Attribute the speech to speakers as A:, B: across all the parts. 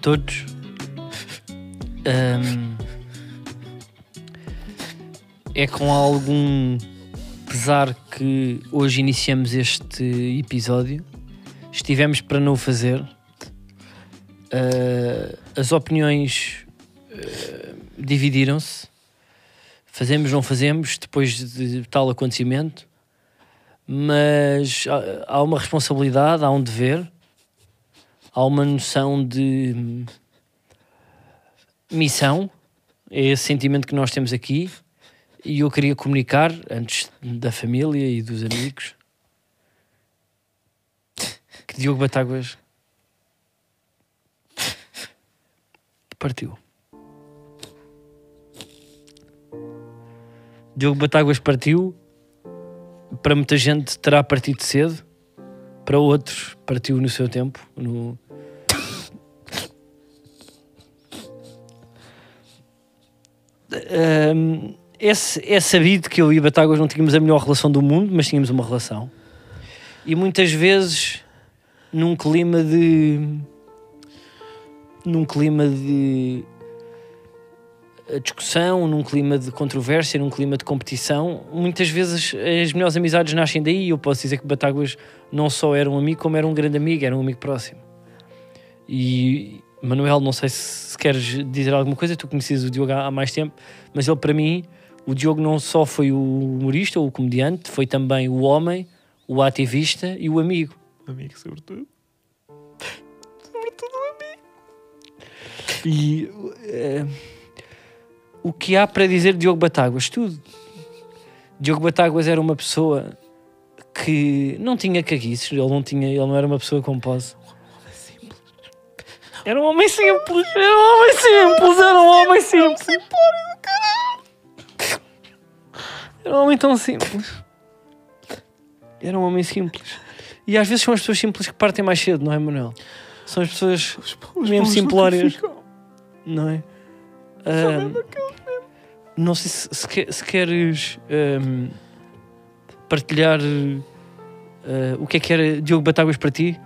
A: todos. Ahm, é com algum pesar que hoje iniciamos este episódio. Estivemos para não o fazer. Ah, as opiniões ah, dividiram-se. Fazemos, não fazemos, depois de tal acontecimento. Mas há- há uma responsabilidade, há um dever há uma noção de hum, missão, é esse sentimento que nós temos aqui. E eu queria comunicar antes da família e dos amigos que Diogo Batáguas partiu. Diogo Batáguas partiu. Para muita gente terá partido cedo, para outros partiu no seu tempo, no, Hum, esse- é, sabido que eu e Batáguas não tínhamos a melhor relação do mundo, mas tínhamos uma relação. E muitas vezes, num clima de. num clima de. eh, discussão, num clima de controvérsia, num clima de competição, muitas vezes as melhores amizades nascem daí. E eu posso dizer que Batáguas não só era um amigo, como era um grande amigo, era um amigo próximo. E. Manuel, não sei se, se queres dizer alguma coisa, tu conheces o Diogo há- há mais tempo, mas ele para mim, o Diogo não só foi o humorista ou o comediante, foi também o homem, o ativista e o amigo.
B: Amigo, sobretudo. sobretudo amigo.
A: Eh, o que há para dizer de Diogo Batáguas? Tudo. Diogo Batáguas era uma pessoa que não tinha caguices, ele não, tinha, ele não era uma pessoa com pose. Era um homem simples, era um homem simples, era um homem simples. Era um homem tão simples. Era um homem simples. E às vezes são as pessoas simples que partem mais cedo, não é, Manuel? São as pessoas
B: Os
A: Mesmo
B: povos
A: simplórios.
B: nunca ficam.
A: não é? Ahm, não sei se, se, que- se queres ahm, partilhar ah, o que é que era Diogo Batáguas para ti.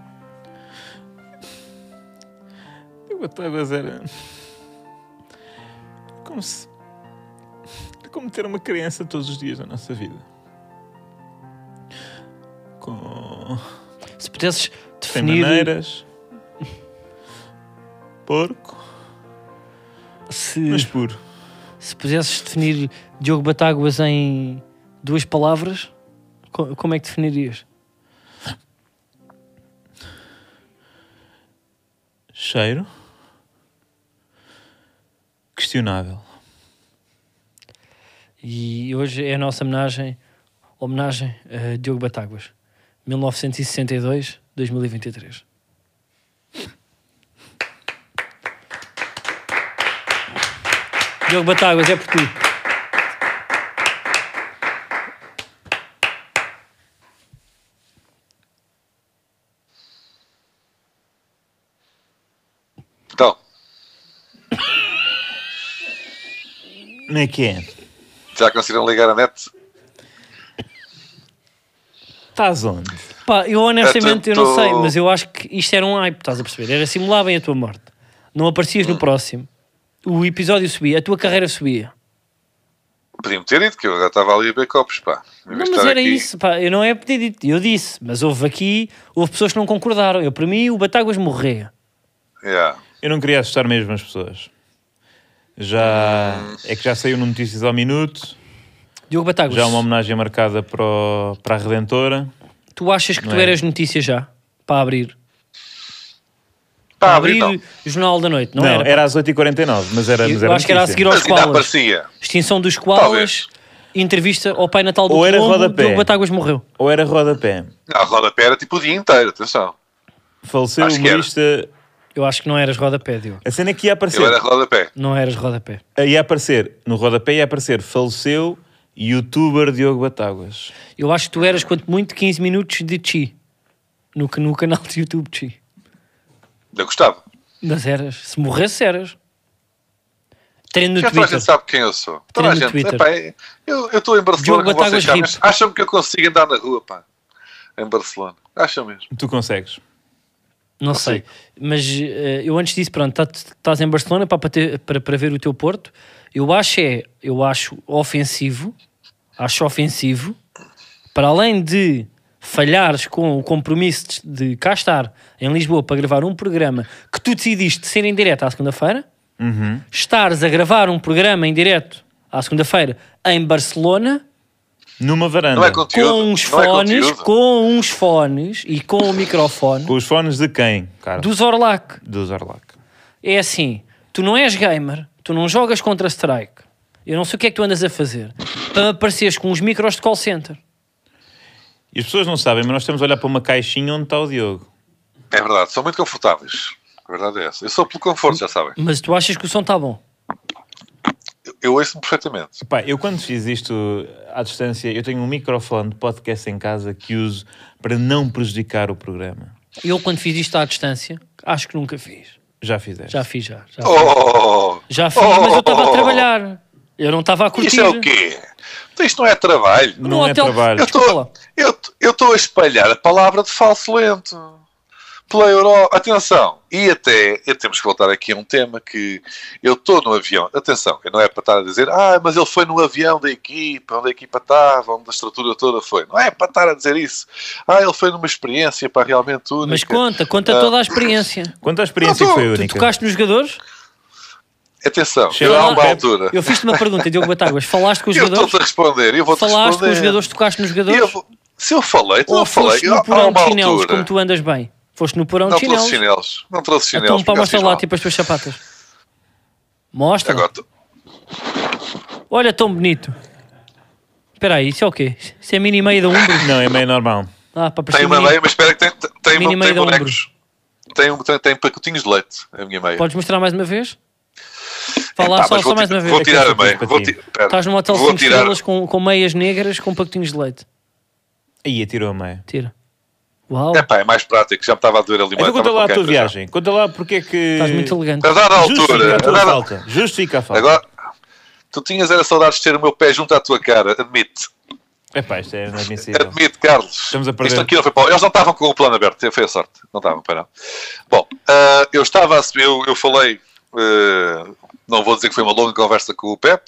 B: Eu Batáguas era. Como se. é Como ter uma criança todos os dias da nossa vida. Com.
A: Se pudesses
B: Sem
A: definir
B: maneiras. Porco.
A: se,
B: Mas puro.
A: se pudesses definir Diogo Batáguas em duas palavras, co- como é que definirias?
B: Cheiro. Questionável.
A: E hoje é a nossa homenagem, homenagem a Diogo Batáguas, 1962-2023. Diogo Batáguas, é por ti.
C: Então,
B: Como é que é?
C: já conseguiram ligar a net?
B: Estás onde?
A: Pá, eu honestamente
C: É,
A: eu não
C: tô-
A: sei, mas eu acho que isto era um hype, estás a perceber? Era simular bem a tua morte. Não aparecias no próximo. O episódio subia, a tua carreira subia.
C: Podiam ter ido, que eu já estava ali a beber copos, pá. Em
A: Não,
C: vez de
A: mas
C: estar
A: era
C: aqui.
A: isso, pá, eu não é pedido, eu disse, mas houve aqui, houve pessoas que não concordaram. Eu, para mim, o Batáguas morria.
C: Yeah.
B: Eu não queria assustar mesmo as pessoas. Já é que já saiu no Notícias ao Minuto,
A: Diogo Batáguas,
B: já há uma homenagem marcada para, o- para a Redentora.
A: tu achas que
B: Não
A: tu
B: é?
A: eras notícia já? Para abrir?
C: Pá, abri, não.
A: o Jornal da Noite, não,
B: Não, é-
A: era?
B: era, às 8h49, mas era,
A: Eu
B: mas era
A: acho que era a
B: notícia.
A: seguir aos
C: Mas ainda
A: koalas.
C: aparecia.
A: Extinção dos koalas,
C: Talvez.
A: entrevista ao Pai Natal do
B: Ou era
A: Colombo,
B: rodapé.
A: Diogo Batáguas morreu.
B: Ou era rodapé.
C: A rodapé era tipo o dia inteiro, atenção.
B: Faleceu o
C: Acho que era.
B: humorista.
A: Eu acho que não eras rodapé, Diogo.
B: A cena é que ia aparecer,
C: Eu era rodapé.
A: Não eras rodapé.
B: ia aparecer, no rodapé ia aparecer, faleceu youtuber Diogo Batáguas.
A: Eu acho que tu eras, quanto muito, 15 minutos de chi. No, no canal de YouTube chi.
C: Eu gostava.
A: Mas eras. Se morresse, eras. Treino no
C: Já toda a
A: Twitter.
C: gente sabe quem eu sou.
A: Entrei
C: Toda a
A: no
C: gente.
A: Twitter.
C: Epá, eu eu estou em
A: Diogo
C: Barcelona com
A: Batáguas
C: vocês cá,
A: Rip.
C: mas acham que eu consigo andar na rua, pá. Em Barcelona. Acham mesmo.
B: Tu consegues.
A: Não sei. Mas eh, eu antes disso, pronto, estás em Barcelona pá, para, ter- para, para ver o teu Porto. Eu acho é, eu acho ofensivo, acho ofensivo, para além de falhares com o compromisso de, de cá estar em Lisboa para gravar um programa que tu decidiste ser em direto à segunda-feira,
C: Uhum.
A: estares a gravar um programa em direto à segunda-feira em Barcelona
B: Numa varanda.
C: Não é
B: com...
C: conteúdo.
A: com uns
C: não é
A: fones,
C: conteúdo.
A: com uns fones e com o microfone
B: os fones de quem, cara?
A: do Zorlac.
B: Dos Orlac.
A: é assim: tu não és gamer, tu não jogas contra Strike. Eu não sei o que é que tu andas a fazer para apareceres com uns micros de call center.
B: E as pessoas não sabem, mas nós estamos a olhar para uma caixinha onde está o Diogo.
C: É verdade, são muito confortáveis. A verdade é essa. Eu sou pelo conforto, já sabem.
A: Mas tu achas que o som está bom?
C: Eu, eu ouço-me perfeitamente.
B: Pá, eu quando fiz isto à distância, eu tenho um microfone de podcast em casa que uso para não prejudicar o programa.
A: Eu, quando fiz isto à distância, acho que nunca fiz.
B: Já fizeste.
A: Já fiz, já. Já,
C: Oh!
A: Já fiz, mas eu estava a trabalhar. Eu não estava a curtir. né?
C: Isso é o quê? Então Isto não é trabalho.
B: Não é trabalho.
C: Eu
B: Olha,
A: Desculpa lá.
C: estou eu, t- eu tô a espalhar a palavra de falso lento pela Euro. Atenção! E até e temos que voltar aqui a um tema que eu estou no avião. Atenção, eu não é para estar a dizer, ah, mas ele foi no avião da equipa, onde a equipa estava, onde a estrutura toda foi. Não é para estar a dizer isso. Ah, ele foi numa experiência para realmente única.
A: Mas conta, conta
C: Ah,
A: toda a experiência.
B: Quanto à experiência
C: Não,
B: que
C: tu-
B: foi
C: tu
A: Tu
B: única?
A: tocaste nos jogadores?
C: Atenção,
B: Chega
C: eu
B: lá,
C: há uma
B: Pepe.
C: altura.
A: Eu fiz-te uma pergunta, Diogo Batáguas. Falaste com os
C: Eu
A: jogadores?
C: estou-te a responder, eu vou-te responder.
A: Falaste com os jogadores? Tocaste nos
C: E
A: jogadores?
C: eu vou- se eu falei, então
A: Ou
C: eu falei.
A: foste
C: Eu,
A: no
C: há
A: porão de
C: uma
A: chinelos,
C: altura.
A: como tu andas bem? Foste no porão
C: não
A: de chinelos?
C: trouxe chinelos. Não trouxe chinelos.
A: Então, pá,
C: porque eu
A: mostra
C: fiz
A: lá,
C: mal.
A: tipo, as tuas sapatas. Mostra.
C: Agora, tu-
A: Olha, tão bonito. Espera aí, isso é o quê? Isso é mini meia da Umbro?
B: Não, é meio normal.
A: Ah, para parecer
C: tem uma
A: mini-
C: meia, mas espera que tem, tem,
A: Mini
C: tem,
A: meia de ombro.
C: bonecos. Tem, um- tem, tem pacotinhos de leite, a minha meia.
A: Podes mostrar mais uma vez? Fala
C: Epá,
A: só,
C: mas
A: só
C: vou
A: mais
C: ti-
A: uma vez.
C: Vou tirar
B: É
C: a
B: que eu
C: meia.
B: fiz
C: Vou
B: para ti.
C: ti- espera,
A: Estás num hotel
C: vou
A: 5
C: tirar,
A: um estrelas com, com meias negras com pacotinhos de leite.
B: Aí atirou a meia.
A: Tira. Uau,
C: Epá, é mais prático, já me estava a doer ali. mas
B: Então conta
C: estava
B: lá a
C: com
B: tua
C: cãibra já.
B: viagem. Conta lá porque é que...
A: estás muito elegante.
C: A dada altura,
B: Justifica
C: a
B: a tua
C: dada-
B: falta. Justifica a falta. Agora...
C: agora, tu tinhas era saudades de ter o meu pé junto à tua cara, admite.
B: Epá, isto é inadmissível.
C: Admito, Carlos.
B: Estamos a perder.
C: Isto aqui não foi para... Eles não estavam com o plano aberto, foi a sorte. Não estavam, para não. Bom, ah, eu estava a subir, eu, eu falei, eh, não vou dizer que foi uma longa conversa com o Pep,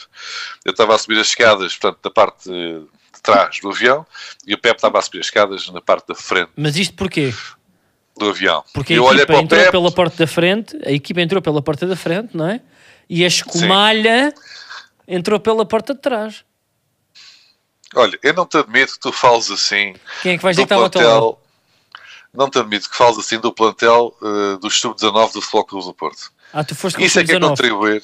C: eu estava a subir as escadas, portanto, da parte eh, de trás do avião, e o Pep estava a subir as escadas na parte da frente
A: Mas isto porquê?
C: do avião.
A: Porque
C: eu
A: a
C: olhei
A: equipa
C: para o
A: entrou
C: Pep,
A: pela porta da frente, a equipa entrou pela porta da frente, não é? E a escumalha entrou pela porta de trás.
C: olha, eu não te admito que tu fales assim
A: Quem é que vais
C: do
A: deitar ao teu lado?
C: plantel... Não te admito que fales assim do plantel eh, dos sub-19 do Futebol Clube do Porto.
A: Ah, tu foste com
C: Isso é que é
A: 19.
C: contribuir.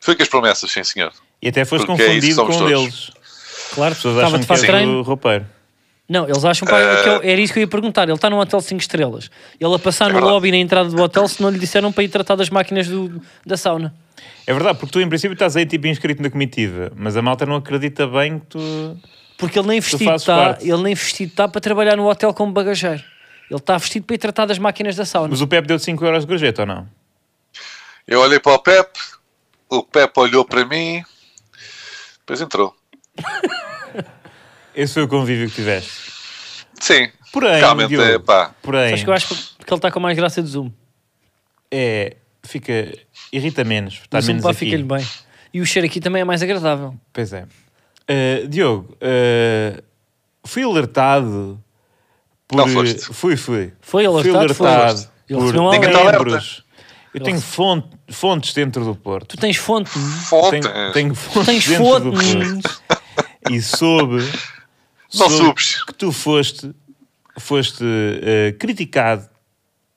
C: Foi com as promessas, sim senhor.
B: E até foste
C: Porque é isso que
B: confundido com
C: somos
B: um
C: todos.
B: deles.
A: Claro,
B: As pessoas
A: estava
B: acham
A: de
B: que é
A: fato
B: és
A: treino.
B: o roupeiro.
A: Não, eles acham pá, que
C: Eh,
A: eu- era isso que eu ia perguntar. Ele está num hotel 5 estrelas. Ele a passar no
C: É verdade.
A: lobby na entrada do hotel se não lhe disseram para ir tratar das máquinas do- da sauna.
B: É verdade, porque tu em princípio estás aí tipo inscrito na comitiva, mas a malta não acredita bem que tu...
A: Porque ele nem vestido
B: fazes
A: está,
B: parte.
A: ele nem vestido está para trabalhar no hotel como bagageiro. Ele está vestido para ir tratar das máquinas da sauna.
B: Mas o Pepe deu 5 euros de gorjeta ou não?
C: Eu olhei para o Pepe, o Pepe olhou para mim, depois entrou.
B: Esse foi o convívio que tiveste.
C: Sim,
B: Porém,
C: realmente
B: Diogo,
C: é pá.
B: porém,
A: Acho que eu acho que ele está com mais graça de zoom.
B: é... Fica... Irrita menos, está
A: O zoom
B: menos
A: é pá,
B: aqui.
A: fica-lhe bem. E o cheiro aqui também é mais agradável.
B: Pois é. Uh, Diogo, uh, fui alertado por.
C: Não foste.
B: Fui, fui.
A: Foi alertado, foi.
B: Fui alertado
A: Ele recebeu um
B: por
A: alerta.
B: membros. Eu tenho fonte- fontes dentro do Porto.
A: Tu tens fonte?
C: Fonte.
B: Tenho, tenho fontes
A: Tens
B: dentro
A: fonte?
B: do Porto. E soube.
C: Não
B: soube
C: subes.
B: Que tu foste, foste uh, criticado.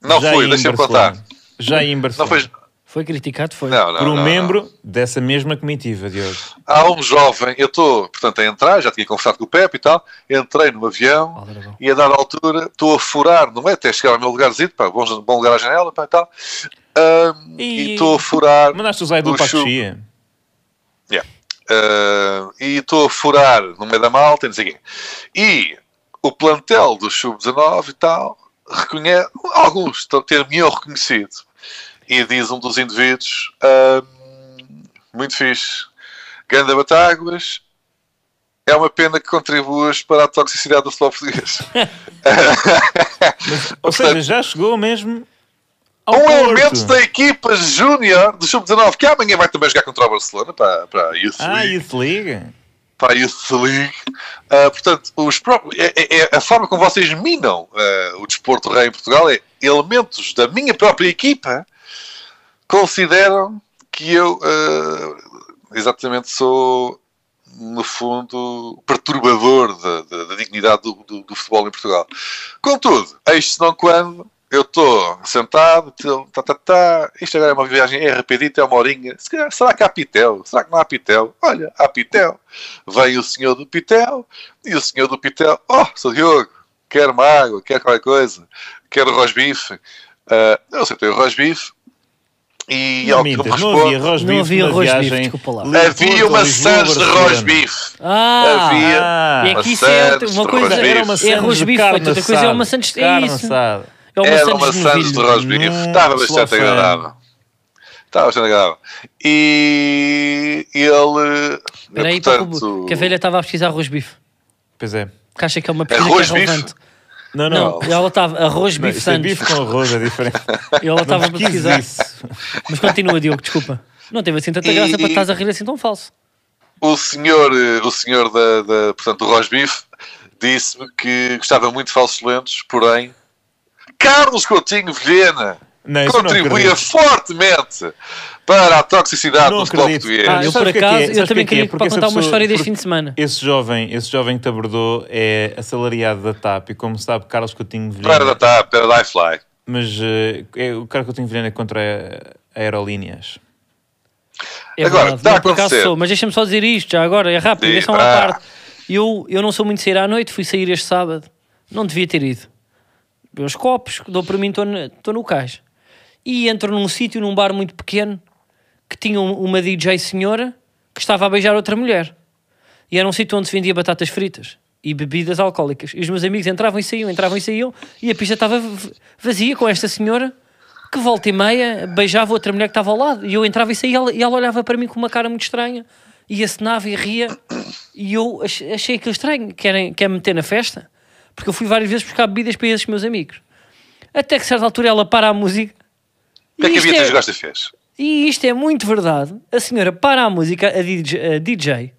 C: Não
B: já um
C: fui,
B: em
C: deixa-me
B: Barcelona.
C: contar.
B: Já em Barcelona.
C: Não foi.
A: Foi criticado? Foi.
C: Não, não.
B: por um
C: não,
B: membro dessa mesma comitiva, Diogo.
C: não. Há um jovem, eu estou, portanto, a entrar, já tinha conversado com o Pepe e tal, entrei no avião
A: Aldrabão.
C: e a dada altura estou a furar, não é? Até chegar ao meu lugarzinho, pá, bom, bom lugar à janela pá, e tal. Ahm,
B: E-
C: e estou a furar.
B: Mandaste o Zaidu
C: no
B: para a
C: chu-
B: coxia.
C: Yeah. Ah, e estou a furar no meio da malta e não sei o quê. E o plantel do Sub-19 e tal, reconhece, alguns t- ter-me eu reconhecido. E diz um dos indivíduos, ah, muito fixe, Ganda Batáguas, é uma pena que contribuas para a toxicidade do futebol português.
B: Ou seja, já chegou mesmo ao
C: um elemento
B: Porto.
C: da equipa júnior do Sub-19, que amanhã vai também jogar contra o Barcelona para, para a Youth
B: Ah,
C: League.
B: Youth League?
C: Para a Youth League. Ah, portanto, os pró- é- é- é a forma como vocês minam ah, o desporto rei em Portugal é elementos da minha própria equipa consideram que eu ah, exatamente sou, no fundo, perturbador da, da- da dignidade do, do- do futebol em Portugal. Contudo, eis não quando eu estou sentado, tio, tá, tá, tá, isto agora é uma viagem é rapidita, é uma horinha. Se calhar, será que há Pitel? Será que não há Pitel? Olha, há Pitel. Vem o senhor do Pitel e o senhor do Pitel, oh, Sr. Diogo, quer uma água, quer qualquer coisa, quer rosbife. Ah, eu aceitei o rosbife e
B: Não
C: ao que me
B: mintas, não havia
C: responde,
B: rosbife
A: Não havia
B: na
A: rosbife,
B: viagem
A: desculpa lá.
B: Leopoldo,
C: havia uma
B: Lisboa,
C: Sands de
B: Barcelona.
C: rosbife.
A: Ah!
C: Havia.
B: Ah,
A: E é que isso é outra- uma
C: Santos,
A: coisa. Era
C: rosbife.
B: era uma
A: uma
B: Sands de
A: é rosbife,
B: carne
A: outra coisa é
B: assada.
A: uma Santos. É
B: Carne
A: isso.
B: assada.
A: É uma
C: Era uma
A: Santos de
C: Santos de
A: novilho.
C: Rosbife.
B: Hum,
C: Estava bastante
B: sou fã.
C: agradável. Estava bastante agradável. E ele.
A: Espera aí,
C: portanto,
A: que a velha estava a pesquisar rosbife.
B: Pois é.
A: Porque acha que é uma pesquisa que é
C: Arroz bife?
A: relevante.
B: Não, não.
A: Não, ela estava. Arroz
B: não
A: bife
B: isso é
A: Santos.
B: bife com arroz, é diferente.
A: Ela estava a
B: Não pesquises
A: pesquisar.
B: isso.
A: Mas continua, Diogo, desculpa. Não teve assim tanta
C: E-
A: graça para estás a rir assim tão falso.
C: o senhor, eh, o senhor da, da- portanto, do Rosbife disse-me que gostava muito de falsos lentos, porém. Carlos Coutinho Vilhena
B: Não, É, isso eu não
C: contribuía
B: acredito.
C: fortemente para a toxicidade
B: Não
C: do futebol
B: acredito.
C: português.
A: Ah, eu
B: Sabes
A: por
B: o que é que é?
A: acaso,
B: Sabes o
A: eu
B: que é
A: também
B: que é?
A: queria para
B: Porque essa
A: contar uma
B: pessoa-
A: história deste
B: porque-
A: fim de semana.
B: Esse jovem, esse jovem que te abordou é assalariado da TAP e como sabe, Carlos Coutinho
C: Não era da
B: Vilhena.
C: TAP, era da iFly.
B: Mas eh, é, o Carlos Coutinho Vilhena é contra a- aerolíneas.
A: É
C: Agora,
A: verdade,
C: está a
A: não, por acaso
C: acontecer.
A: sou, mas deixa-me só dizer isto já agora, é rápido,
C: Diz,
A: deixa uma
C: vá.
A: parte. Eu, eu não sou muito de sair à noite, fui sair este sábado, não devia ter ido. Meus copos, dou para mim, estou no, estou no cais. E entro num sítio, num bar muito pequeno, que tinha um- uma DJ senhora que estava a beijar outra mulher. E era um sítio onde se vendia batatas fritas e bebidas alcoólicas. E os meus amigos entravam e saíam, entravam e saíam, e a pista estava v- vazia com esta senhora que volta e meia beijava outra mulher que estava ao lado. E eu entrava e saía e ela, e ela olhava para mim com uma cara muito estranha e acenava e ria. E eu ach- achei aquilo estranho. Querem, querem é meter na festa? Porque eu fui várias vezes buscar bebidas para esses meus amigos. Até que a certa altura ela para a música.
C: O que é
A: E
C: que a
A: isto
C: Via
A: é-
C: Gosta fez?
A: e isto é muito verdade. A senhora para a música, a DJ, a DJ,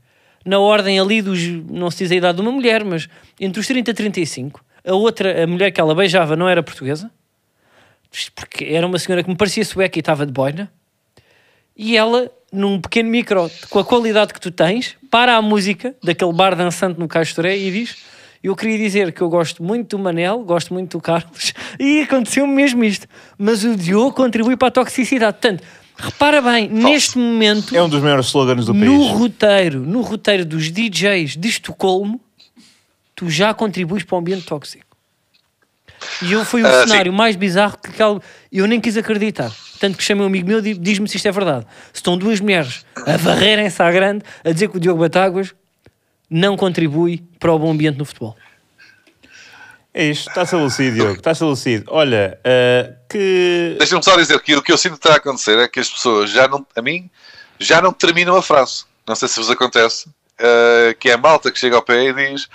A: na ordem ali dos. Não se diz a idade de uma mulher, mas entre os 30 e 35. A outra, a mulher que ela beijava, não era portuguesa. Porque era uma senhora que me parecia sueca e estava de boina. E ela, num pequeno micro, com a qualidade que tu tens, para a música daquele bar dançante no Castoré e diz: Eu queria dizer que eu gosto muito do Manel, gosto muito do Carlos, e aconteceu mesmo isto. Mas o Diogo contribui para a toxicidade. Portanto, repara bem, neste momento,
B: É um dos maiores slogans do
A: no
B: país.
A: roteiro, no roteiro dos DJs de Estocolmo, tu já contribuis para o ambiente tóxico. E eu fui o
C: Ah,
A: cenário mais bizarro que aquele- eu nem quis acreditar. Tanto que chamei um amigo meu e digo, diz-me se isto é verdade. Se estão duas mulheres a varrerem-se à grande, a dizer que o Diogo Batáguas não contribui para o bom ambiente no futebol.
B: É isto, está-se a lucir, Diogo, está-se a lucir. Olha, eh, que.
C: Deixa-me só dizer que o que eu sinto que está a acontecer é que as pessoas já não, a mim, já não terminam a frase. Não sei se vos acontece, eh, que é a malta que chega ao pé e diz: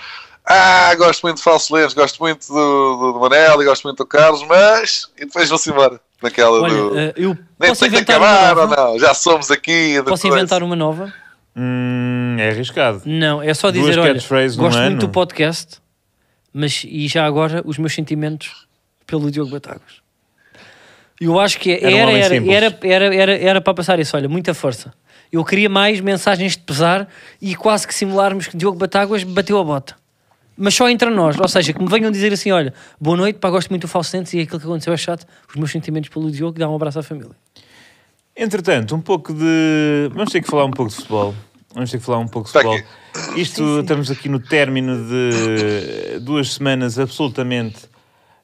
C: Ah, gosto muito de Falso Lemos, gosto muito do, do, do Manel e gosto muito do Carlos, mas. E depois vão-se embora. Naquela
A: Olha,
C: do.
A: eh, eu
C: Nem
A: posso
C: sei que
A: inventar uma
C: acabar ou
A: nova?
C: não, já somos aqui. de
A: Posso
C: coisa."
A: inventar uma nova?
B: Hum, é arriscado.
A: Não, é só
B: Duas
A: dizer, olha,
B: catchphrases
A: gosto
B: num ano.
A: muito do podcast, mas e já agora os meus sentimentos pelo Diogo Batagos. Eu acho que
B: um
A: era,
B: homem
A: era,
B: simples.
A: era, era, era, era para passar isso, olha, muita força. Eu queria mais mensagens de pesar e quase que simularmos que Diogo Batáguas bateu a bota. Mas só entre nós, ou seja, que me venham dizer assim: olha, boa noite, pá, gosto muito do Falsentes e aquilo que aconteceu é chato. Os meus sentimentos pelo Diogo, dá um abraço à família.
B: Entretanto, um pouco de. Vamos ter que falar um pouco de futebol. Vamos ter que falar um pouco de
C: Está
B: futebol. Isto, estamos aqui no término de duas semanas absolutamente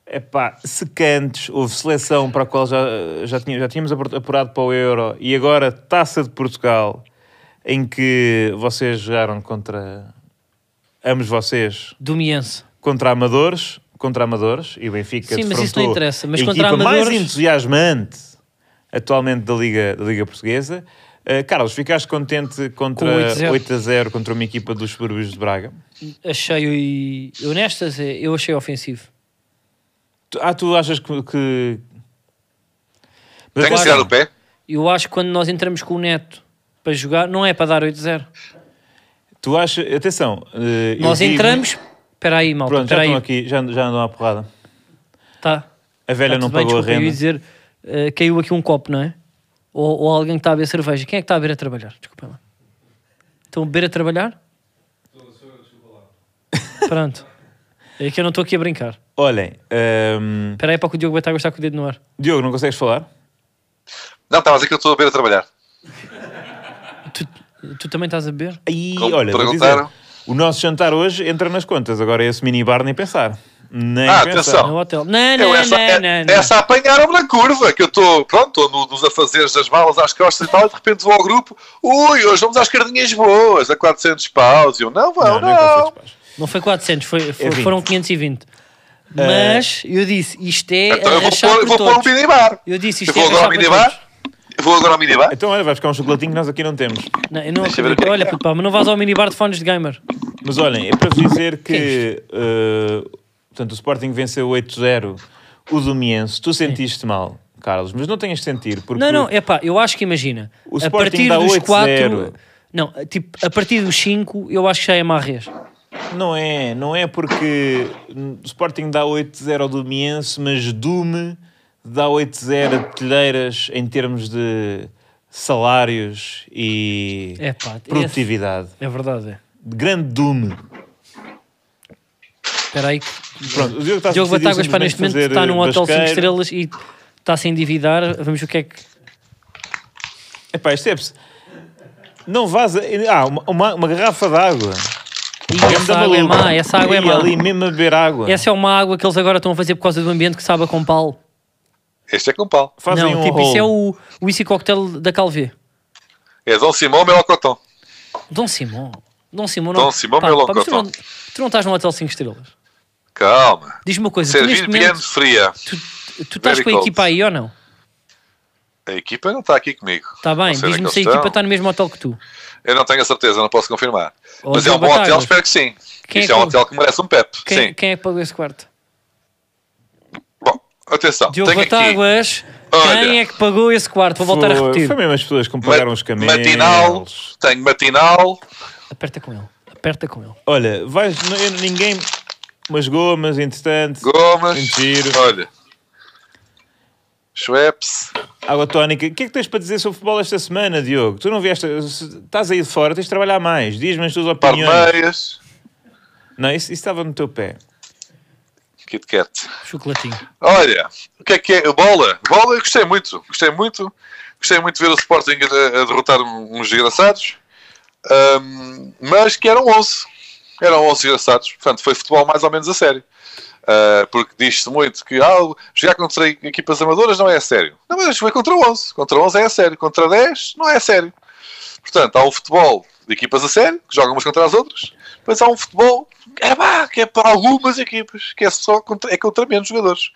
B: epá, secantes. Houve seleção para a qual já, já, tinha- já tínhamos apur- apurado para o Euro e agora Taça de Portugal, em que vocês jogaram contra. Ambos vocês
A: Domiense.
B: contra amadores, contra amadores e o Benfica
A: Sim, mas
B: defrontou
A: isso não interessa, mas
B: a
A: contra
B: equipa mais
A: amadores-
B: entusiasmante atualmente da Liga, da Liga Portuguesa Eh, Carlos, ficaste contente contra
A: Com 8-0.
B: 8 a 0 contra uma equipa dos subúrbios de Braga?
A: Achei, eu nestas, eh, eu achei ofensivo.
B: Tu- Ah, tu achas que. que... Mas
C: Tem que
B: lá
C: tirar
B: está.
C: o pé?
A: Eu acho que quando nós entramos com o Neto para jogar, não é para dar 8-0.
B: Tu achas. Atenção. eh, eu
A: Nós
B: vi-
A: entramos... Espera aí, malta,
B: Pronto, já
A: espera aí.
B: estão aqui, já, já andam à porrada.
A: Tá.
B: A velha
A: Tá
B: não
A: tudo bem,
B: pagou a
A: desculpa, Eu ia
B: renda.
A: dizer, eh, caiu aqui um copo, não é? Ou, ou alguém que está a beber cerveja. Quem é que está a beber a trabalhar? Desculpem lá. Estão a beber a trabalhar? Pronto. É que eu não estou aqui a brincar.
B: Olhem, ehm,
A: Espera aí para que o Diogo Bataga está com o dedo no ar.
B: Diogo, não consegues falar?
C: Não, estava a dizer que eu estou a ver a trabalhar.
A: Tu, tu também estás a beber?
B: Aí,
C: Como
B: olha, vou dizer,
C: perguntaram?
B: o nosso jantar hoje entra nas contas, agora é esse minibar nem pensar. Nem
C: Ah,
B: pensar.
C: atenção.
A: No hotel? Não, não,
C: Eu,
A: não,
C: essa, é-
A: não, não.
C: essa apanharam-me na curva, que eu estou, pronto, estou no- nos afazeres das malas às costas e tal, e de repente vou ao grupo, ui, hoje vamos às cardinhas boas, a 400 paus, e eu, não vão, não. é
B: nem consigo, pás.
A: Não foi 400, foi, foi-
B: 20.
A: foram 520.
B: É.
A: Mas eu disse, isto é
C: Então eu vou
A: rachar
C: pôr,
A: por
C: vou pôr um
A: todos.
C: minibar.
A: Eu disse
C: Eu
A: isto
C: vou
A: é
C: agora ao
A: rachar para todos.
C: minibar, eu vou agora ao minibar,
B: Então, olha, vai buscar um chocolatinho que nós aqui não temos.
A: Não, eu não
C: Deixa eu ver o
A: acredito.
C: que é que
A: Olha,
C: é.
A: puto, pá, mas não vais ao minibar de fones de gamer.
B: Mas olhem, é para vos dizer
A: Que é
B: que eh, portanto, o Sporting venceu 8-0 o Domiense. Tu sentiste mal, Carlos, mas não tens de sentir, porque
A: Não, não, é pá, eu acho que imagina. a
B: O Sporting
A: partir
B: dá
A: dos
B: 8-0.
A: 4. Não, tipo, a partir dos 5, eu acho que já é marrês.
B: não é, não é porque o Sporting dá 8-0 ao Domiense, mas Dume dá 8-0 a Telheiras em termos de salários e
A: É pá, esse-
B: produtividade.
A: é verdade. é.
B: Grande Dume.
A: Espera aí.
B: Pronto, o Diogo, está
A: Diogo
B: decidiu
A: Batagas, pá, neste momento
B: simplesmente fazer eh,
A: está num hotel 5
B: basqueiro.
A: estrelas e está a se endividar. Vamos ver o que é que.
B: Epá, isto é perce- Não vaza. Ah, uma, uma, uma garrafa de água.
A: Ih, essa água é má, essa água é má.
B: ali mesmo a beber água.
A: Essa é uma água que eles agora estão a fazer por causa do ambiente que sabe a com pau.
C: este é com pau.
B: Fazem
A: não,
B: um
A: tipo, isso
B: rolo.
A: é o, o whisky cocktail da Calvé.
C: É Dom Simão Melocotão.
A: Dom Simão. Dom Simão não.
C: Dom Simão
A: pá,
C: Melon
A: pá, mas tu, não,
C: Cotton.
A: tu não estás num hotel 5 estrelas.
C: Calma.
A: Diz-me uma coisa, tu neste
C: Servir bien
A: momento.
C: fria.
A: Tu, tu estás
C: Very
A: com a
C: cold.
A: equipa aí ou não?
C: A equipa não está aqui comigo.
A: Está Tá bem,
C: Não sei onde é
A: diz-me
C: que
A: se a
C: eles
A: equipa
C: estão.
A: está no mesmo hotel que tu.
C: Eu não tenho a certeza, não posso confirmar.
A: Ó,
C: Mas é
A: Diogo
C: um bom
A: Batagas.
C: hotel, espero que sim.
A: Quem é
C: Isto é um
A: que-
C: hotel que merece um PEP.
A: Quem,
C: Sim.
A: quem é que pagou esse quarto?
C: Bom, atenção.
A: Diogo
C: tenho aqui
A: Batáguas,
C: Olha.
A: quem é que pagou esse quarto? Vou voltar a
B: Foi-
A: repetir.
B: Foi mesmo as pessoas que me
C: ma-
B: pagaram os caminhos.
C: matinal. Tenho matinal.
A: Aperta com ele, aperta com ele.
B: Olha, vais, n- eu- ninguém. Umas gomas, entretanto.
C: Gomas.
B: Mentira.
C: Olha. Schweppes.
B: Água tónica. O que é que tens para dizer sobre futebol esta semana, Diogo? Tu não vieste. se- Estás aí de fora, tens de trabalhar mais. Diz-me as tuas
C: Par de
B: opiniões.
C: meias.
B: Não, isso, isso estava no teu pé.
C: Kit Kat.
A: Chocolatinho.
C: Olha, o que é que é? Bola. Bola eu gostei muito. Gostei muito. Gostei muito de ver o Sporting a, a derrotar um- uns desgraçados. Ahm, mas que eram 11. Eram 11 desgraçados. Portanto, foi futebol mais ou menos a sério. Ah, porque diz-se muito que ah, jogar contra equipas amadoras não é a sério. Não, mas foi contra 11. Contra 11 é a sério. Contra 10 não é a sério. Portanto, há o futebol de equipas a sério, que jogam umas contra as outras. Mas há um futebol é, pá, que é para algumas equipas, que é só contra, é contra menos jogadores.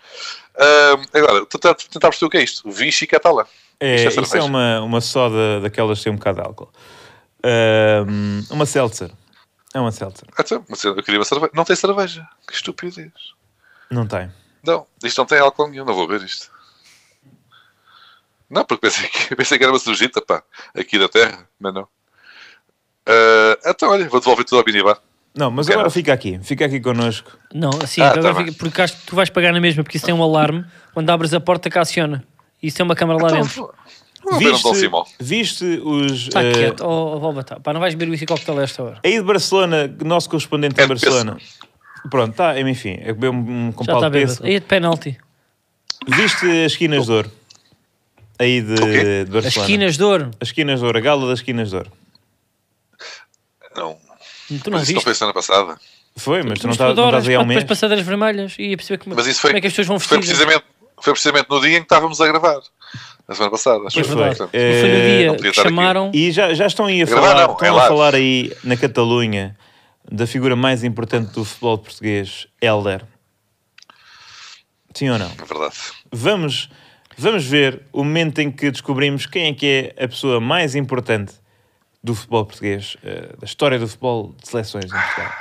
C: Ahm, agora, tentar, tentar perceber o que é isto. Vichy Catalã.
B: É,
C: Isto é
B: isso
C: cerveja.
B: é uma, uma soda daquelas que tem um bocado de álcool. Ahm, uma seltzer. É uma seltzer.
C: Ah, então, mas eu queria uma cerveja. Não tem cerveja. Que estupidez.
B: Não tem.
C: Não, isto não tem álcool nenhum. Não vou ver isto. Não, porque pensei que, pensei que era uma surgita, pá, aqui da terra, mas não. Ah, então, olha, vou devolver tudo ao minibar.
B: Não, mas
C: Quero.
B: agora fica aqui. Fica aqui connosco.
A: Não, assim,
C: Ah,
A: agora
C: tá
A: fica-
C: bem.
A: porque acho que tu vais pagar na mesma, porque isso tem um alarme. Quando abres a porta que aciona. Isso tem uma câmara lá dentro.
C: Então, vou ver um Dom Simão.
B: viste os...
A: Está
B: eh,
A: Tá quieto, Oh, ó, ó, ó, Batá. Pá, não vais beber o whisky cocktail a esta hora.
B: aí de Barcelona, nosso correspondente
C: É
B: em
C: de
B: Barcelona. Pronto, está, enfim, é beber um, um com
A: Já está
B: pau de
A: bêbado.
B: pêssego.
A: Aí é de penalti.
B: Viste as esquinas de ouro? Aí de, de
C: quê?
A: As
B: Barcelona.
A: esquinas de ouro.
B: As esquinas de ouro, a gala das esquinas de ouro.
C: Não,
A: Tu não
C: mas isso não
A: viste?
C: foi semana passada.
B: Foi, mas tu não
A: Mas
B: estás
A: tu
B: não
A: adoras,
B: estás aí há um
A: pá, depois
B: mês.
A: passadeiras vermelhas e a perceber como,
C: Mas isso foi,
A: como é que as pessoas vão
C: foi,
A: vestidas.
C: precisamente, foi precisamente no dia em que estávamos a gravar. Na semana passada, acho
A: Pois
C: que
A: foi. É. verdade.
B: foi.
C: Portanto,
A: E foi no
B: Eh,
A: dia
C: não podia
A: que
C: estar aqui.
A: chamaram.
B: E já, já estão aí a
C: Gravar
B: falar,
C: não,
B: estão
C: é
B: a
C: live.
B: falar aí na Catalunha da figura mais importante do futebol português, Helder. Sim ou não?
C: É verdade.
B: Vamos Vamos ver o momento em que descobrimos quem é que é a pessoa mais importante do futebol português, eh, da história do futebol de seleções em Portugal.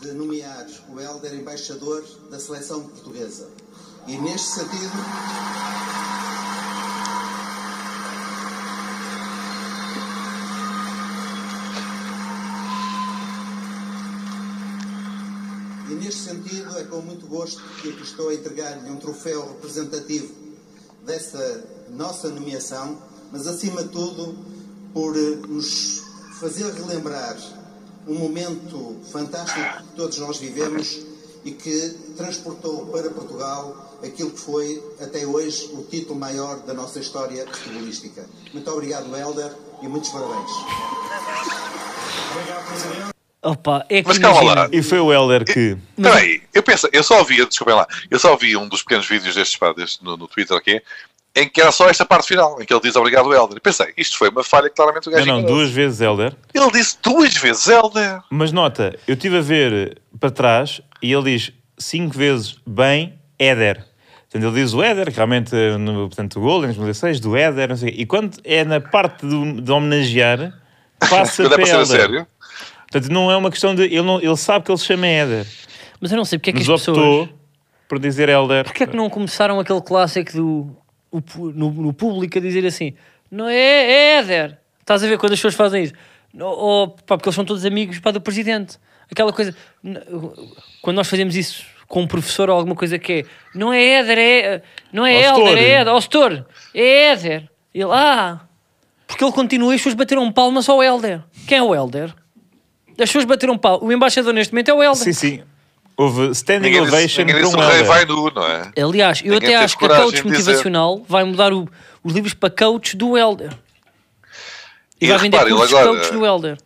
D: de nomeares o Helder embaixador da seleção portuguesa. E neste sentido. E neste sentido é com muito gosto que aqui estou a entregar-lhe um troféu representativo dessa nossa nomeação, mas acima de tudo por eh, nos fazer relembrar um momento fantástico que todos nós vivemos e que transportou para Portugal aquilo que foi até hoje o título maior da nossa história futebolística. Muito obrigado, Helder, e muitos parabéns.
A: Opa, é que
C: Mas calma
A: imagina,
C: lá.
B: E foi o Helder que.
C: Espera aí, eu penso, eu só vi, desculpem lá, eu só vi um dos pequenos vídeos destes, pá, deste- no, no Twitter aqui, em que era só esta parte final, em que ele diz obrigado Helder. Pensei, isto foi uma falha que claramente o
B: Não,
C: gajo
B: não,
C: enganou.
B: duas vezes Helder.
C: Ele disse duas vezes Helder.
B: Mas nota, eu estive a ver para trás e ele diz cinco vezes bem Éder. Portanto, ele diz o Éder, que realmente, eh, no, portanto, o gol em 2016, do Éder, não sei o quê. E quando é na parte do- de homenagear, passa
C: Quando
B: para
C: é para ser a
B: Éder.
C: sério.
B: Portanto, não é uma questão de... Ele, não- ele sabe que ele se chama Éder.
A: mas eu não sei porque é que
B: Mas
A: as
B: optou
A: pessoas.
B: por dizer Éder.
A: Porquê é que não começaram aquele clássico do o pu- no, no público a dizer assim: não é, é Éder? Estás a ver quando as pessoas fazem isso? Ou, pá, porque eles são todos amigos pá, do presidente. Aquela coisa. n- Quando nós fazemos isso com um professor ou alguma coisa que é: não é Éder, é. Não é
B: Ao
A: Helder,
B: setor.
A: é Éder. Ó setor, é Éder. Ele, ah. Porque ele continua e as pessoas bateram um palmas ao Helder. Quem é o Helder? As pessoas bateram palmas. O embaixador neste momento é o Helder.
B: Sim, sim. Houve standing
C: Ninguém disse,
B: ovation
C: ninguém disse
B: para
C: o
B: um
C: rei
B: Éder.
C: vai nu, não é?
A: Aliás, eu
C: Ninguém
A: até
C: teve
A: acho que a
C: coragem
A: coach
C: de dizer.
A: motivacional vai mudar o- os livros para coach do Elder. E, vai vender
C: reparem,
A: cursos de
C: agora-
A: coach do Elder.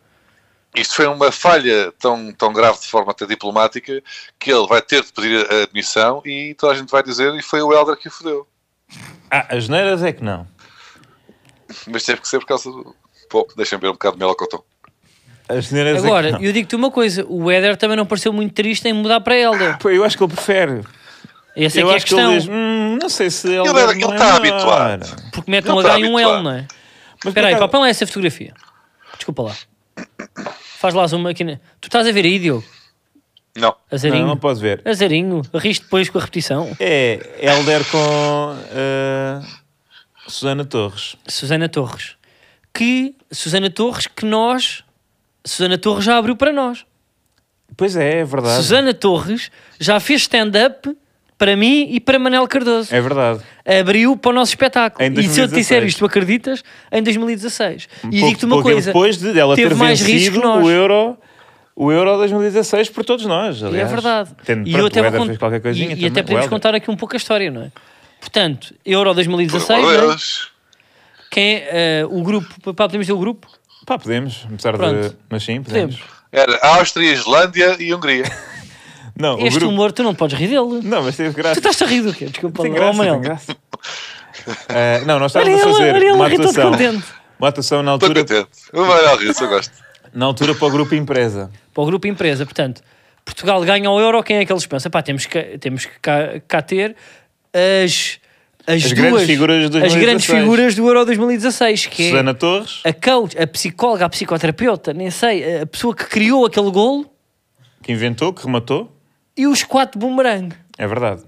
C: Isto foi uma falha tão, tão grave de forma até diplomática que ele vai ter de pedir a admissão e toda a gente vai dizer e foi o Helder que o fodeu.
B: Ah, as neiras é que não.
C: Mas teve que ser por causa do. Pô, deixem ver um bocado de melocotão.
B: As neiras é que
A: Agora,
B: não.
A: eu digo-te uma coisa: o Éder também não pareceu muito triste em mudar para Elder.
B: Pô, Eu acho que ele prefere.
A: Essa é
B: eu
A: que é a
B: acho que ele
A: questão.
B: diz, "Hum, não sei se ele,
C: Ele era-
B: não
C: ele
B: é
C: tá
B: melhor."
C: habituado.
A: Porque mete um
C: Ele tá
A: H e um L,
C: habituado.
A: não é?
B: Mas
A: Espera aí,
B: por acaso-
A: papel é essa fotografia. Desculpa lá. Faz lá zoom aqui. na- Tu estás a ver aí, Diogo?
C: Não.
B: Não,
A: Azarinho.
B: não posso ver.
A: Azarinho. Riste depois com a repetição.
B: É Helder com ah, Susana Torres.
A: Susana Torres. Que. Susana Torres, que nós. Susana Torres já abriu para nós.
B: Pois é, é verdade.
A: Susana Torres já fez stand-up para mim e para Manel Cardoso.
B: É verdade.
A: Abriu para o nosso espetáculo.
B: Em
A: E se eu te disser
B: 2016.
A: isto, tu acreditas? Em 2016. e
B: Pouco-
A: digo-te uma
B: pouco tempo
A: coisa:
B: Depois de ela
A: teve
B: ter
A: mais risco
B: vencido
A: que nós.
B: o Euro. O Euro 2016 por todos nós,
A: E é
B: aliás.
A: verdade.
B: Tendo,
A: e
B: pronto,
A: eu até
B: o
A: vou
B: Éder
A: cont-
B: fez qualquer coisinha
A: e- e
B: também,
A: até
B: o
A: podemos
B: Éder.
A: contar aqui um pouco a história, não é? Portanto, Euro 2016,
C: Por amor de
A: não é?
C: Oh, Deus.
A: quem é, eh, o grupo? Pá, podemos ter é o grupo?
B: Pá, podemos, apesar de...
A: Pronto.
B: Mas sim, podemos.
A: Podemos.
C: Era Áustria, Islândia e Hungria.
B: Não, o
A: Este
B: grupo...
A: humor, tu não podes rir dele.
B: Não, mas teve graça.
A: Tu estás a rir do quê? Desculpa,
B: Tem
A: lá.
B: graça,
A: Oh, Manel.
B: tem graça. Ah, não, nós
A: Olha
B: estávamos a
A: ele,
B: fazer
A: olha ele,
B: uma
A: ri todo
B: atuação.
A: contente.
B: Uma atuação na
C: Estou
B: altura,
C: contente. O Manuel Rios, eu gosto.
B: na altura para o grupo empresa.
A: para o grupo empresa. Portanto, Portugal ganha o euro, quem é que eles pensam? Pá, temos que, temos que cá, cá ter as, as,
B: As
A: duas,
B: grandes figuras de
A: as
B: 2016.
A: grandes figuras do Euro 2016, que
B: Susana Torres,
A: é a coach, a psicóloga, a psicoterapeuta, nem sei, a pessoa que criou aquele golo
B: que inventou, que rematou.
A: e os quatro bumerangue.
B: É verdade.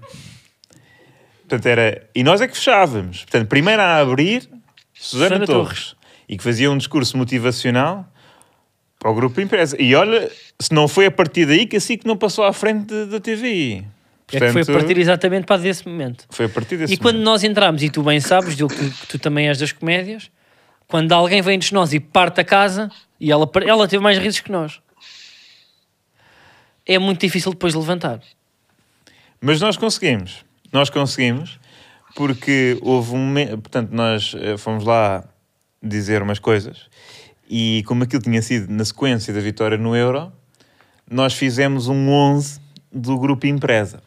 B: Portanto, era... E nós é que fechávamos. Portanto, primeiro a abrir, Susana,
A: Susana
B: Torres. E que fazia um discurso motivacional para o grupo empresa. E olha, se não foi a partir daí que assim que não passou à frente de- da TVI.
A: é que foi a partir exatamente para desse momento.
B: foi a partir desse
A: E quando
B: momento.
A: nós entramos, e tu bem sabes, Diogo, que tu, tu também és das comédias, quando alguém vem de nós e parte a casa, e ela, par- ela teve mais risos que nós. É muito difícil depois levantar.
B: Mas nós conseguimos. Nós conseguimos porque houve um momento. Portanto, nós eh, fomos lá dizer umas coisas e, como aquilo tinha sido na sequência da vitória no Euro, nós fizemos um 11 do grupo empresa.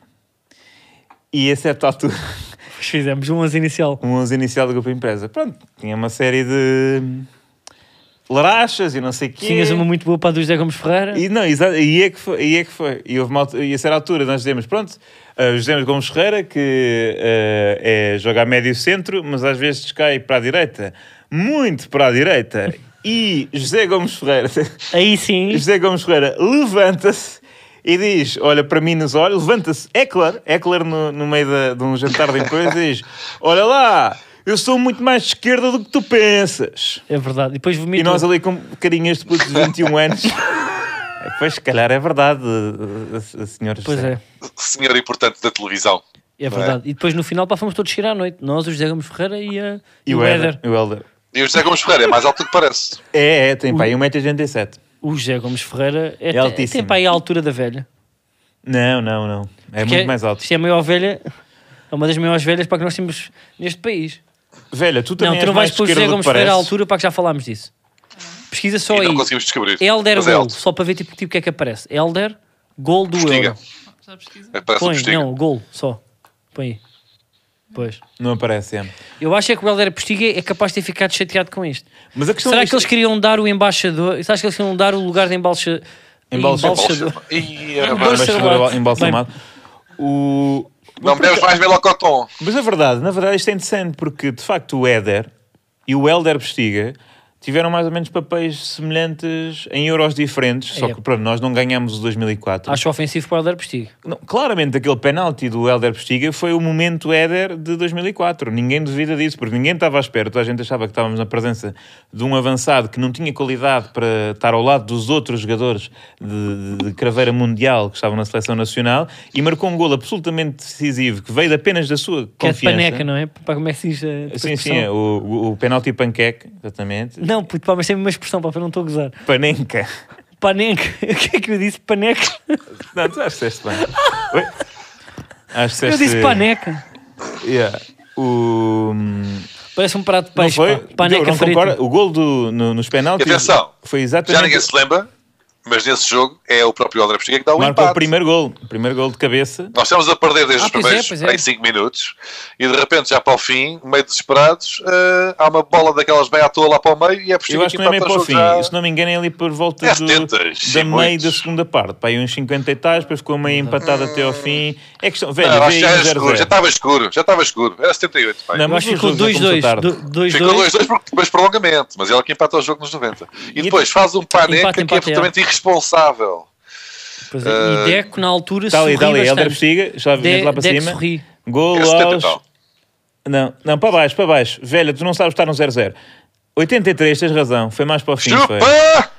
B: E a certa altura,
A: Fizemos um 11 inicial.
B: um 11 inicial do grupo empresa. Pronto, tinha uma série de larachas e não sei o quê.
A: Tinhas uma muito boa para a do José Gomes Ferreira.
B: E, não, exa- e é que foi. E, é que foi. E, houve uma, altu- e a certa altura nós dizemos, pronto, ah, José Gomes Ferreira, que ah, é, joga a médio centro, mas às vezes cai para a direita. Muito para a direita. E José Gomes Ferreira,
A: Aí sim.
B: José Gomes Ferreira levanta-se e diz, olha para mim nos olhos, levanta-se, Eckler, Eckler no, no meio da- de um jantar de empresa e diz, olha lá, eu sou muito mais de esquerda do que tu pensas.
A: É verdade. E depois
B: E
A: vomita.
B: nós ali com carinhas de putos de 21 anos. Pois, se calhar é verdade, eh, a, a- a senhora.
A: Pois é.
C: Senhor importante da televisão.
A: É verdade. E depois no final pá, fomos todos cheirar à noite. Nós, o José Gomes Ferreira e, a...
B: E o Éder. E o Éder.
C: E o José Gomes Ferreira é mais alto do que parece.
B: É, é, tem pá, 1,87m.
A: O José Gomes Ferreira é, é
B: altíssimo.
A: tem para aí a altura da velha.
B: Não, não, não. É
A: Porque
B: muito mais alto.
A: Isto é a maior velha. É uma das maiores velhas para que nós temos neste país.
B: Velha, tu também
A: não, tu não
B: és
A: vais
B: mais
A: pôr o
B: esquerda
A: José
B: do que
A: Gomes Ferreira à
B: parece.
A: altura para que já falámos disso. Pesquisa só
C: e
A: Então aí.
C: não conseguimos descobrir.
A: Elder
C: Mas é
A: Gol,
C: alto.
A: só para ver tipo, tipo o que é que aparece. Elder, gol do
C: Postiga.
A: Euro.
E: Já pesquisei.
C: É, Parece um
A: Põe,
C: postiga.
A: não, gol, só. Põe aí. Pois.
B: Não aparece, é.
A: Eu acho é que o Helder Postiga é capaz de ter ficado chateado com isto.
B: Mas a questão é
A: Será
B: disto-
A: que eles queriam dar o embaixador? Será que eles queriam dar o lugar de embalcha...
B: Embalsa-
A: embalsador?
C: Ih, é
A: Embalsador.
C: verdade.
B: Embalsador embalsamado. O...
C: Não
B: Mas por
C: bebes
B: acaso-
C: mais melocotão.
B: Mas na verdade, na verdade isto é interessante porque de facto o Éder e o Helder Bestiga tiveram mais ou menos papéis semelhantes em euros diferentes, só
A: É.
B: que pronto, nós não ganhámos o 2004.
A: Acho ofensivo para o Helder Postiga.
B: Não, claramente aquele penalti do Helder Bestiga foi o momento Éder de 2004. Ninguém duvida disso, porque ninguém estava à espera. Toda a gente achava que estávamos na presença de um avançado que não tinha qualidade para estar ao lado dos outros jogadores de, de- de craveira mundial que estavam na seleção nacional e marcou um gol absolutamente decisivo que veio apenas da sua
A: Que é de
B: confiança.
A: paneca, não é? Para como é que se diz a
B: Sim, sim, é,
A: expressão?
B: o, o, o penalti panqueque, exatamente.
A: Não, puto, pá, mas tem a mesma expressão, pá, para não estou a gozar.
B: Panenca.
A: Paneca. O que é que eu disse? Paneca.
B: Não, tu acho que disseste bem. Oi? Acho que
A: Eu
B: disseste-
A: disse paneca.
B: Yeah. O... hum,
A: Parece um prato de
B: Não
A: peixe,
B: foi?
A: pá. Paneca
B: Diogo, não
A: frita.
B: concorda? O gol do, no- nos penaltis
C: E atenção,
B: foi exatamente...
C: Já ninguém se lembra, mas nesse jogo é o próprio André Postiga que dá o
B: Marcou
C: empate.
B: o primeiro gol. O primeiro gol de cabeça.
C: Nós estamos a perder desde
A: Ah,
C: os
A: pois é,
C: primeiros
A: pois é.
C: em 5 minutos e de repente já para o fim, meio desesperados, eh, há uma bola daquelas bem à toa lá para o meio e é
B: Eu
C: Postiga
B: acho que não é bem para o fim.
C: Já...
B: Se não me engano é ali por volta
C: É
B: do,
C: 70,
B: da
C: sim,
B: meio
C: muitos.
B: da segunda parte. Pá, aí uns 50 e tais, depois ficou meio empatado até ao fim. É questão... Velho,
C: Não, acho que
B: vê
C: já
B: aí
C: era
B: o 0-0.
C: escuro, já estava escuro, já estava escuro. Era 78, bem.
B: Não,
A: Eu acho que
B: o
A: ficou
B: jogo já começou
A: 2-2.
B: tarde.
C: Ficou
A: 2-2.
C: 2-2 porque depois prolongamento, mas ele é que empata o jogo nos 90. E,
B: E
C: depois faz um paneca
A: Empate,
C: que é
A: empate, é.
C: absolutamente irresponsável.
A: Pois é,
C: Eh,
A: E Deco, na altura,
B: Dá ali,
A: sorri
B: dá ali,
A: bastante.
B: Helder Bestiga, já vem lá para
A: Deco
B: cima.
A: sorri.
B: Gol
C: Era 70 e
B: aos...
C: tal.
B: Não, não, para baixo, para baixo. Velha, tu não sabes estar no 0-0. 83, tens razão, foi mais para o fim. Foi.
C: Chupa!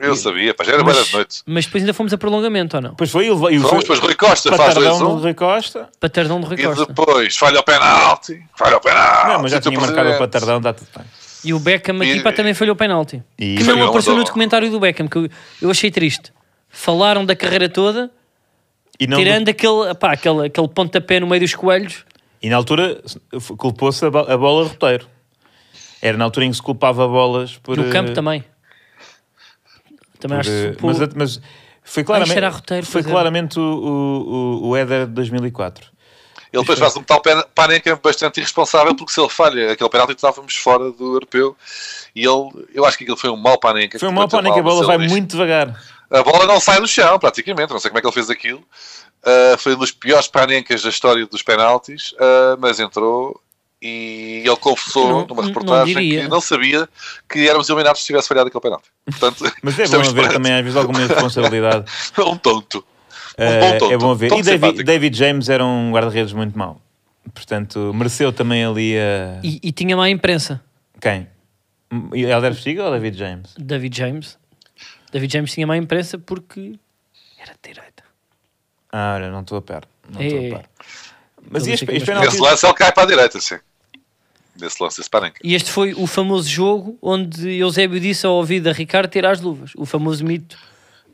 C: Eu sabia, pá, já era boa da noite.
A: Mas, mas depois ainda fomos a prolongamento, ou não?
B: Depois foi ele. E
C: Vamos
B: foi,
C: depois, Rui Costa faz
B: patardão do
C: 2-1
B: Rui Costa.
A: Patardão de Rui
C: e
A: Costa.
C: depois falha o penalti. Falha o penalti.
B: Não, mas já
C: do
B: tinha marcado o
C: Ah, então presidente.
B: patardão, dá tudo bem.
A: E o Beckham aqui
C: E-
A: pá, também falhou o penalti.
B: E-
A: que
C: Falhou,
A: não apareceu no
C: mandou.
A: documentário do Beckham, que eu, eu achei triste. Falaram da carreira toda,
B: E, não-
A: tirando aquele, pá, aquele, aquele pontapé no meio dos coelhos.
B: e na altura f- culpou-se a, bo- a bola roteiro. Era na altura em que se culpava bolas por.
A: No campo
B: eh,
A: também. Também
B: por,
A: acho
B: eh,
A: que se-
B: mas, mas foi claramente,
A: era roteiro,
B: foi
A: pois é.
B: claramente o, o, o- o Éder de 2004.
C: Ele depois faz um tal pen- paneca bastante irresponsável, porque se ele falha aquele penalti, estávamos fora do europeu. E ele, eu acho que aquilo foi um mau paneca.
B: Foi
C: que
B: uma
C: bateu
B: pânico, a
C: mal,
B: bola
C: mas
B: vai
C: ele diz-
B: muito devagar.
C: A bola não sai do chão, praticamente. Não sei como é que ele fez aquilo. Ah, foi um dos piores panencas da história dos penaltis, ah, mas entrou e ele confessou
A: Não-
C: numa
A: não
C: reportagem
A: diria.
C: que não sabia que éramos eliminados se tivesse falhado aquele penalti. Portanto,
B: Mas é bom
C: estamos
B: haver
C: perante
B: também, às vezes, alguma responsabilidade.
C: um tonto. Um bom
B: Eh,
C: tonto.
B: é bom ver.
C: Tonto
B: E David,
C: simpático.
B: David James era um guarda-redes muito mau. Portanto, mereceu também ali a.
A: E, e tinha má imprensa.
B: Quem? M- e Helder Figa ou David James?
A: David James. David James tinha má imprensa porque era de direita. É.
B: Ah, olha, não estou a par. Não estou
A: Ei,
B: a par. Mas
A: Ele
B: e as,
A: fica
B: as
A: mais-
B: penaltis?
C: Nesse lance ele cai para a direita, sim. Nesse lance, esse paneca.
A: E este foi o famoso jogo onde Eusébio disse ao ouvido a Ricardo tirar as luvas. O famoso mito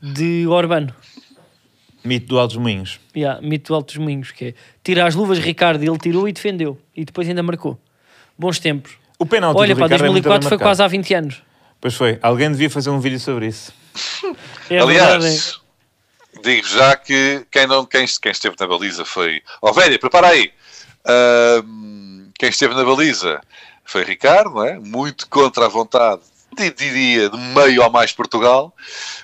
A: de Urbano.
B: Mito do Altos Moinhos.
A: Yeah, mito do Altos Moinhos, que é tira as luvas, Ricardo, e ele tirou e defendeu. E depois ainda marcou. Bons tempos.
B: O penalti
A: Olha,
B: do
A: pá,
B: Ricardo é muito
A: 2004
B: bem
A: foi
B: marcado.
A: quase há 20 anos.
B: Pois foi. Alguém devia fazer um vídeo sobre isso.
A: É verdade.
C: Aliás, digo já que quem, não, quem, quem esteve na baliza foi. Ó, velha, prepara aí. Ahm, quem esteve na baliza foi Ricardo, não é? Muito contra a vontade di- diria de meio ou mais Portugal,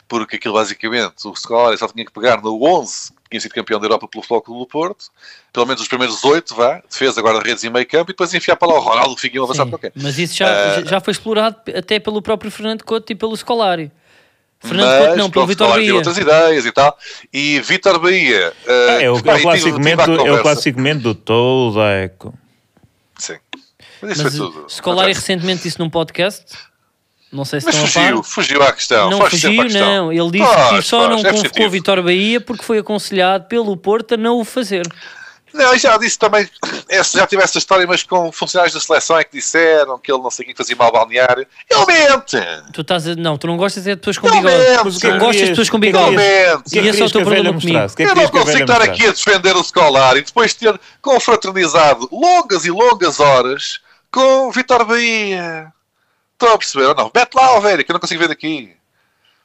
C: porque aquilo basicamente o Scolari só tinha que pegar no 11, que tinha sido campeão da Europa pelo Flóculo do Porto, pelo menos os primeiros 8, vá, defesa, guarda-redes e meio campo, e depois enfiar para lá o Ronaldo que fica um avançado
A: Sim,
C: qualquer.
A: Mas isso já,
C: Ah,
A: já foi explorado p- até pelo próprio Fernando Couto e pelo Scolari. Fernando Couto não, pelo
C: pronto,
A: Vitor
C: Scolari
A: Bahia.
C: teve outras ideias e tal. E Vitor Bahia. eh,
B: É, o,
C: pá,
B: é o
C: e
B: clássico
C: tive- tive
B: momento,
C: à
B: é o
C: conversa.
B: clássico momento do todo eco.
C: Sim. Mas isso
A: Mas
C: foi tudo.
A: o Scolari
C: Acontece.
A: recentemente disse num podcast. Não sei se
C: Mas
A: estão a um par.
C: fugiu, fugiu à questão.
A: Não
C: Foge sempre
A: fugiu,
C: à questão.
A: não. Ele disse que
C: Foge,
A: só
C: foge,
A: não
C: é
A: convocou
C: positivo.
A: o Vitor Bahia porque foi aconselhado pelo Porto a não o fazer.
C: Não, e já disse também, essa- já tive essa história, mas com funcionários da seleção é que disseram que ele não sei o que fazia mal balneário. Ele mente!
A: Tu estás a- Não, tu não gostas é de pessoas com
C: Não
A: bigode.
C: mente.
A: Tu
B: é
A: não gostas de pessoas com bigode.
C: Finalmente.
B: O que é
A: E esse é
B: que
A: o
B: querias que
A: teu
B: a velha
A: problema
B: mostrasse? O que é que
C: Eu não
B: querias que a velha
C: consigo estar
B: mostrasse?
C: aqui a defender o Scolari e depois ter confraternizado longas e longas horas com o Vitor Bahia. Estão a perceber ou não? Mete lá, ó, velho, que eu não consigo ver daqui.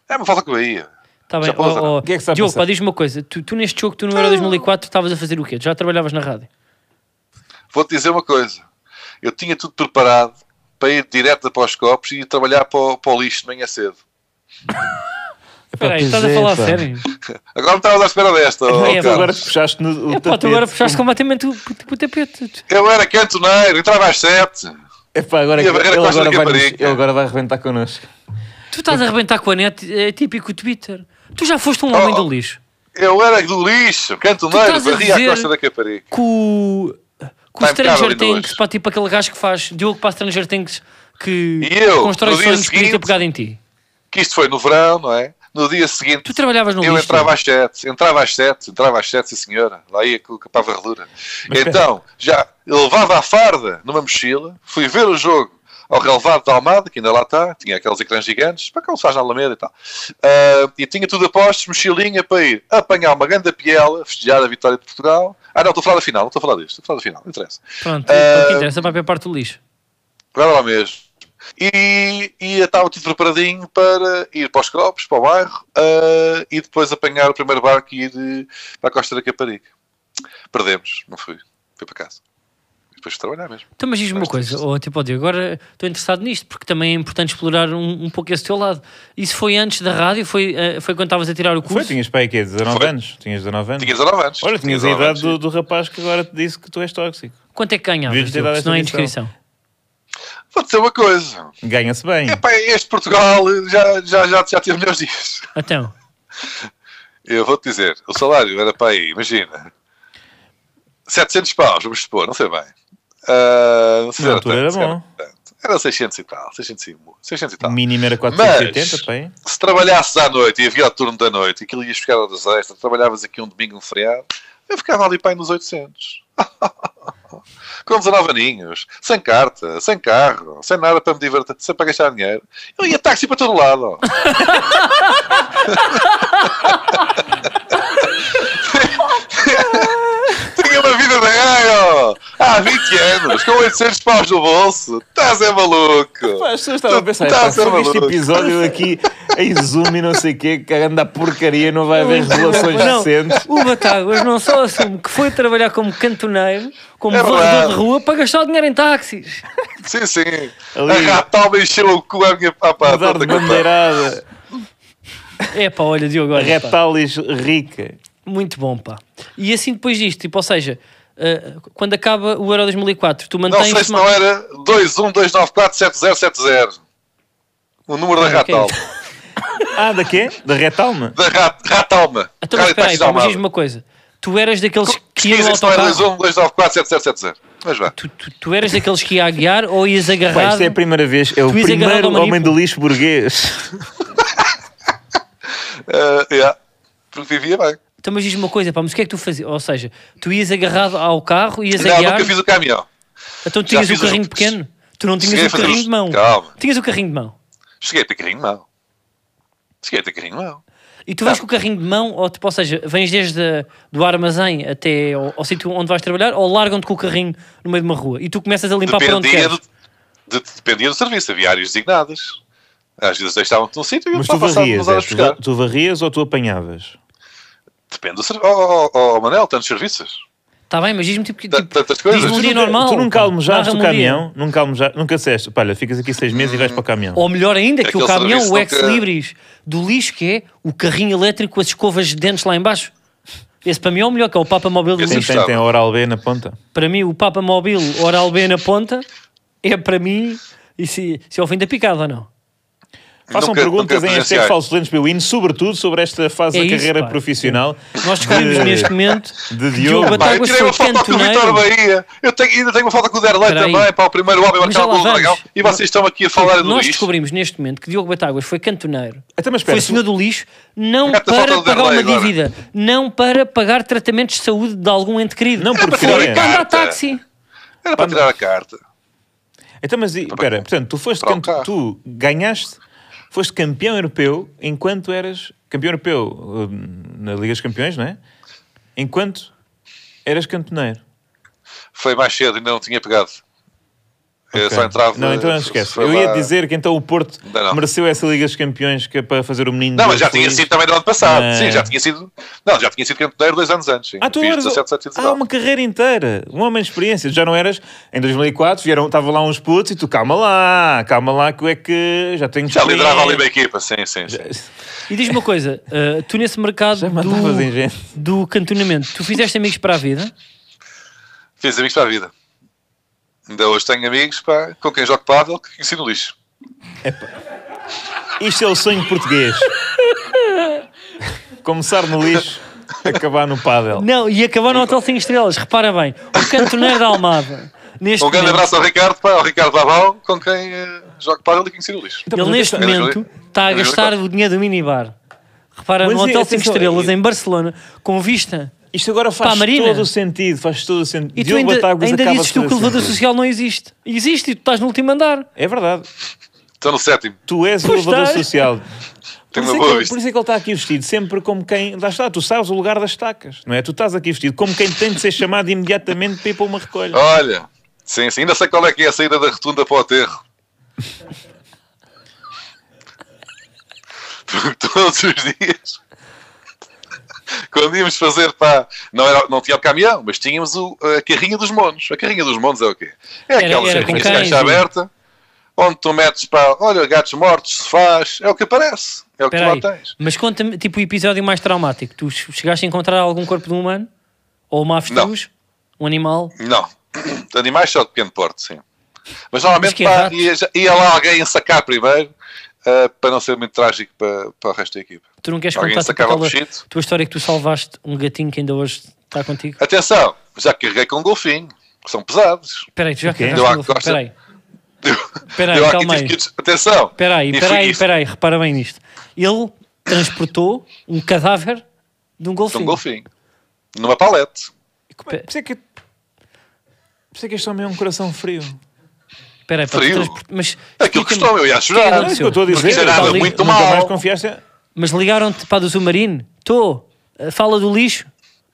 C: É uma falta com o Bahia.
A: Tá bem,
C: Já posso
A: ó,
C: ou não?
A: ó,
B: O que é que está a
A: Diogo,
B: passar?
A: pá, diz-me uma coisa. Tu, tu neste jogo, tu no Euro 2004, tu estavas a fazer o quê? Tu já trabalhavas na rádio.
C: Vou-te dizer uma coisa. Eu tinha tudo preparado para ir direto para os copos e ir trabalhar para o, para o lixo de manhã cedo.
A: Espera aí,
B: pois
A: estás a
B: é,
A: falar a
B: pá.
A: sério?
C: Agora não estavas à espera desta. ó,
A: é,
B: Tu
C: Carlos.
B: agora que puxaste no, o
A: É, pá,
B: tapete.
A: tu agora fechaste completamente o, o- o tapete.
C: Eu era cantoneiro, entrava às sete.
B: Epá, É, agora,
C: E
B: que-
C: a barreira
B: ele,
C: costa
B: agora
C: da
B: vai, nos-
C: Caparica.
B: ele agora vai arrebentar connosco.
A: Tu estás a arrebentar com a net, é típico Twitter. Tu já foste um
C: Oh,
A: homem do lixo.
C: Eu era do lixo,
A: Tu
C: cantoneiro,
A: estás a
C: varria
A: dizer-
C: a costa da Caparica.
A: Com o. Com o
C: Vai ficar
A: Stranger
C: ali
A: Things,
C: dois.
A: pá, tipo aquele gajo que faz. Diogo para Stranger Things que
C: E eu,
A: constrói
C: no dia
A: sonhos que podia ter
C: seguinte-
A: pegado em ti.
C: Que isto foi no verão, não é? No dia seguinte.
A: Tu trabalhavas no
C: Eu
A: lixo.
C: entrava às sete, entrava às sete, entrava às sete, sim senhora, lá ia com com a varredura. Então, já eu levava a farda numa mochila, fui ver o jogo ao relevado da Almada, que ainda lá está, tinha aqueles ecrãs gigantes, para cá se faz na Alameda e tal. Ah, e tinha tudo a postos, mochilinha para ir apanhar uma grande piela, festejar a vitória de Portugal. Ah não, estou a falar da final, não estou a falar disto, estou a falar da final, não interessa.
A: Pronto, é o que
C: Ah,
A: interessa vai para a parte do lixo.
C: Vai lá mesmo. E, e eu estava tudo preparadinho para ir para os copos, para o bairro, ah, e depois apanhar o primeiro barco e ir eh, para a Costa da Caparica. Perdemos, não fui. Fui para casa. E depois fui trabalhar mesmo.
A: Então, mas diz-me uma
C: Mas
A: coisa,
C: isto-
A: ou tipo, ó, Diogo, agora estou interessado nisto, porque também é importante explorar um, um pouco esse teu lado. Isso foi antes da rádio? Foi, eh, foi quando estavas a tirar o
B: Foi,
A: curso?
B: tinhas pai aqui, 19
C: Foi.
B: anos? Tinhas 19 anos?
C: Tinha 19 anos.
B: Olha, tinhas a
C: 19
B: idade do,
C: anos.
B: do rapaz que agora te disse que tu és tóxico.
A: Quanto é que ganhavas,
B: Devias ter
A: Diogo,
B: dado
A: se não é
B: esta lição.
A: inscrição?
C: Vou dizer uma coisa.
B: Ganha-se bem.
C: Epá, este Portugal eh, já, já, já, já teve melhores dias.
A: Então,
C: Eu vou-te dizer, o salário era para aí, imagina. 700 paus, vamos supor, não sei bem. Ah, não sei
B: Na
C: se
B: altura era
C: tanto, se
B: bom.
C: tanto. Era 600 e tal, 600 e, mu- 600 e
B: O
C: tal.
B: mínimo era 480,
C: Mas-
B: pai.
C: Se trabalhasses à noite e havia o turno da noite, aquilo ias ficar horas extras, trabalhavas aqui um domingo, um feriado, eu ficava ali para aí nos 800. Com 19 aninhos, sem carta, sem carro, sem nada para me divertir, sem para gastar dinheiro. Eu ia táxi para todo lado. ó. Tinha uma vida de raio! Há 20 anos, com 800 paus no bolso. Estás é maluco!
B: Pá, as pessoas estavam a pensar,
C: Tá
B: pá,
C: a ser
B: sobre este
C: maluco.
B: episódio aqui, em zoom e não sei o quê, que anda a porcaria, não vai haver revelações
A: não,
B: recentes.
A: o Batáguas não só assume que foi trabalhar como cantoneiro, como
C: É
A: varredor
C: verdade.
A: de rua, para gastar o dinheiro em táxis.
C: Sim, sim.
B: Ali.
C: A ratalma encheu o cu à minha papá.
B: Mudar de bandeirada,
A: É pá, olha, Diogo,
B: tá.
A: olha, pá.
B: retalis rica.
A: Muito bom, pá. E assim depois disto, tipo, ou seja, eh, quando acaba o Euro 2004, tu
C: Não
A: mantens...
C: sei se não é. era 212947070. O número da
A: Ah, ok.
C: ratalma.
B: Ah, da quê? Da retalma?
C: Da rat, ratalma.
A: Então, mas espera
C: Rádio
A: aí,
C: Táxi
A: pá,
C: da
A: mas
C: Almada.
A: diz-me uma coisa. Tu eras daqueles que iam
C: Pesquisa
A: no
C: que se não é
A: autocarro...
C: 21294707070. Mas vá.
A: Tu, tu, tu eras daqueles que ia a guiar ou ias agarrado?
B: Pá, isto é a primeira vez, é o
A: Tu ias agarrado
B: primeiro
A: ao manipulo.
B: homem do lixo burguês.
C: Ah, yeah. Porque vivia bem.
A: Então, mas diz-me uma coisa, pá, mas o que é que tu fazias? Ou seja, tu ias agarrado ao carro, ias a
C: Não,
A: guiar,
C: nunca fiz o caminhão.
A: então tu tinhas o
C: já fiz
A: carrinho
C: os-
A: pequeno, tu não tinhas
C: Cheguei a
A: o
C: fazer
A: carrinho
C: os-
A: de mão.
C: Calma.
A: Tinhas o carrinho de mão.
C: Cheguei a ter carrinho de mão. Cheguei a ter carrinho de mão.
A: E tu
C: Tá.
A: vais com o carrinho de mão, ou, tipo, ou seja, vens desde a- do armazém até ao, ao sítio onde vais trabalhar, ou largam-te com o carrinho no meio de uma rua e tu começas a limpar para onde
C: Dependia
A: queres.
C: do, de- dependia do serviço. Havia áreas designadas. Às vezes deixavam-te num sítio e eu
B: Mas tu
C: só passava umas
B: varrias, é?
C: horas
B: Tu
C: buscar.
B: va- tu varrias ou tu apanhavas?
C: Depende do serviço. Oh, oh, oh, Manel, tantos serviços.
A: Está bem, mas diz-me tipo, que-
C: Tan-
A: tipo
C: tantas coisas.
A: diz-me um
C: Tu
A: dia normal.
B: tu nunca
A: pá.
B: almejaste o
A: Narra-me um dia.
B: caminhão, nunca almejaste, nunca disseste, pá, olha, ficas aqui seis meses e vais para o caminhão.
A: Ou melhor ainda, que o
C: Aquele
A: caminhão,
C: serviço
A: o
C: nunca-
A: ex-libris do lixo, que é o carrinho elétrico com as escovas de dentes lá em baixo. Esse para mim é o melhor, que é o Papa Móvel do
C: Esse
B: Tem,
A: lixo.
B: tem, tem a oral B na ponta.
A: Para mim, o Papa Móvel oral B na ponta é para mim, e se, se é o fim da picada ou não?
B: Façam
C: Nunca-
B: perguntas
C: nunca
B: em hashtag
C: presenciei.
B: falsolentos.bin, sobretudo sobre esta fase
A: É
B: da
A: isso,
B: carreira
A: pá.
B: profissional.
A: Nós descobrimos
B: de-
A: neste momento que
B: de Diogo.
A: Diogo
B: Pá,
C: Pá, eu
A: Batágua
C: tirei
A: foi
C: uma foto com o Vitor
A: cantoneiro.
C: Bahia. Eu tenho, ainda tenho uma foto com o Derlei
A: Espera aí.
C: também, para o primeiro homem a
A: Mas já lá
C: marcar o gol do
A: vamos.
C: Dragão. E vocês estão aqui a falar do
A: Nós
C: lixo.
A: descobrimos neste momento que Diogo Batáguas foi cantoneiro,
B: Até mas espera,
A: foi
B: tu-
A: senhor do lixo, não
C: Até falta
A: para
C: o
A: pagar uma
C: Derlei agora.
A: dívida, não para pagar tratamentos de saúde de algum ente querido.
B: Não, porque
A: foi
B: queria.
A: para andar
C: Carta.
A: táxi.
C: Era para tirar a carta.
B: Então, mas e- espera, portanto, tu foste
C: Tá para o
B: campe-
C: carro.
B: tu ganhaste, foste campeão europeu enquanto eras campeão europeu hum, na Liga dos Campeões, não é? Enquanto eras cantoneiro.
C: Foi mais cedo, ainda não tinha pegado. Eu
B: Ok.
C: só entrava.
B: Não, então não esquece.
C: foi
B: Eu ia
C: lá-
B: dizer que então o Porto
C: Ainda não.
B: mereceu essa Liga dos Campeões que é para fazer o menino.
C: Não,
B: Deus
C: mas já tinha
B: feliz.
C: sido também no ano passado.
B: Ah.
C: Sim, já tinha sido. Não, já tinha sido cantoneiro dois anos antes. Sim.
B: Ah, tu
C: Fiz
B: eras
C: 17, 17,
B: ah,
C: 19.
B: uma carreira inteira, um homem de experiência. Tu Já não eras em 2004, vieram, estavam lá uns putos e tu, calma lá, calma lá, que eu é que já tenho
C: Já liderava ali uma
B: experiência.
C: equipa, sim, sim. sim.
A: E diz-me uma coisa, eh, tu nesse mercado
B: Já mandavas em gente.
A: do, do cantonamento, tu fizeste amigos para a vida?
C: Fiz amigos para a vida. Ainda hoje tenho amigos pá, com quem jogo pádel que conheci no lixo.
B: Isto é o sonho português. Começar no lixo, acabar no pádel.
A: Não, e acabar no Hotel 5 Estrelas, repara bem, o cantoneiro da Almada. Neste
C: Um grande
A: momento,
C: abraço ao Ricardo, pá, ao Ricardo Babal, com quem eh, jogo pádel e conheci no lixo.
A: Ele neste
C: atenção.
A: momento está a
C: Mas
A: gastar
C: olha-
A: o dinheiro do minibar. Repara,
B: Mas
A: num
B: é,
A: hotel 5
B: atenção,
A: estrelas
B: é-
A: em Barcelona, com vista.
B: Isto agora faz
A: Pá, Marina.
B: todo o sentido, faz todo o sentido.
A: E tu
B: Diogo
A: ainda,
B: Batáguas
A: ainda
B: acaba
A: dizes
B: de
A: tu que
B: fazer assim.
A: o elevador
B: sentido.
A: social não existe. Existe e tu estás no último andar.
B: É verdade.
C: Estou no sétimo.
B: Tu és o
A: Pois
B: elevador
A: estás.
B: social. Por
C: Tenho
B: isso,
C: uma
B: é
C: boa
B: que, ele-
C: vista.
B: por isso é que ele está aqui vestido sempre como quem. Lá está, tu sabes o lugar das tacas, não é? Tu estás aqui vestido como quem tem de ser chamado imediatamente para ir para uma
C: Oh.
B: recolha.
C: Olha, sim, sim, ainda sei qual é que é a saída da rotunda para o aterro. Porque Todos os dias. Quando íamos fazer, pá, não, era, não tinha o caminhão, mas tínhamos o, a carrinha dos monos. A carrinha dos monos é o quê? É
A: Era-
C: aquelas
A: era com
C: carrinhas de
A: cães,
C: caixa
A: e-
C: aberta, onde tu metes, pá, olha, gatos mortos, se faz, é o que aparece, é o que
A: Espera aí.
C: tu lá tens.
A: Mas conta-me, tipo, o episódio mais traumático. Tu ch- chegaste a encontrar algum corpo de um humano? Ou uma avestruz? Um animal?
C: Não, de animais só de pequeno porte, sim.
A: Mas
C: Mas
A: que
C: normalmente
A: é
C: pá,
A: rato.
C: ia, já- ia lá alguém sacar primeiro ah, para não ser muito trágico para, para o resto da equipa.
A: Tu não queres
C: Alguém
A: contar tipo,
C: sacava
A: aquela
C: o bichito?
A: tua história que tu salvaste um gatinho que ainda hoje está
C: Ah,
A: contigo?
C: Atenção, já carreguei com um golfinho, que são pesados.
A: Espera aí, tu já
B: quê?
A: carregaste
C: Eu
A: um
C: à
A: golfinho.
C: costa-
A: Espera aí. Espera aí,
C: Eu aqui
A: calma
C: tive
A: aí.
C: que ir des- Atenção!
A: Espera aí,
C: E
A: espera
C: fui-
A: aí,
C: e
A: espera aí, repara bem nisto. Ele transportou um cadáver de um
C: fui- de
A: golfinho.
C: Um golfinho. Numa palete.
B: Como é- Por isso é que. Por isso é que este homem é um coração frio.
A: Espera aí, pá, tu
C: Frio.
A: transport- mas
C: Aquilo
A: explica-me,
C: custou, eu ia
A: o que é que
C: chorar.
B: Não é
A: aconteceu?
B: isso que eu estou a dizer.
C: Porque isso era
B: Nunca Nunca
C: muito mal.
B: mais confiaste.
A: Mas ligaram-te para do submarino. Estou. Fala do lixo.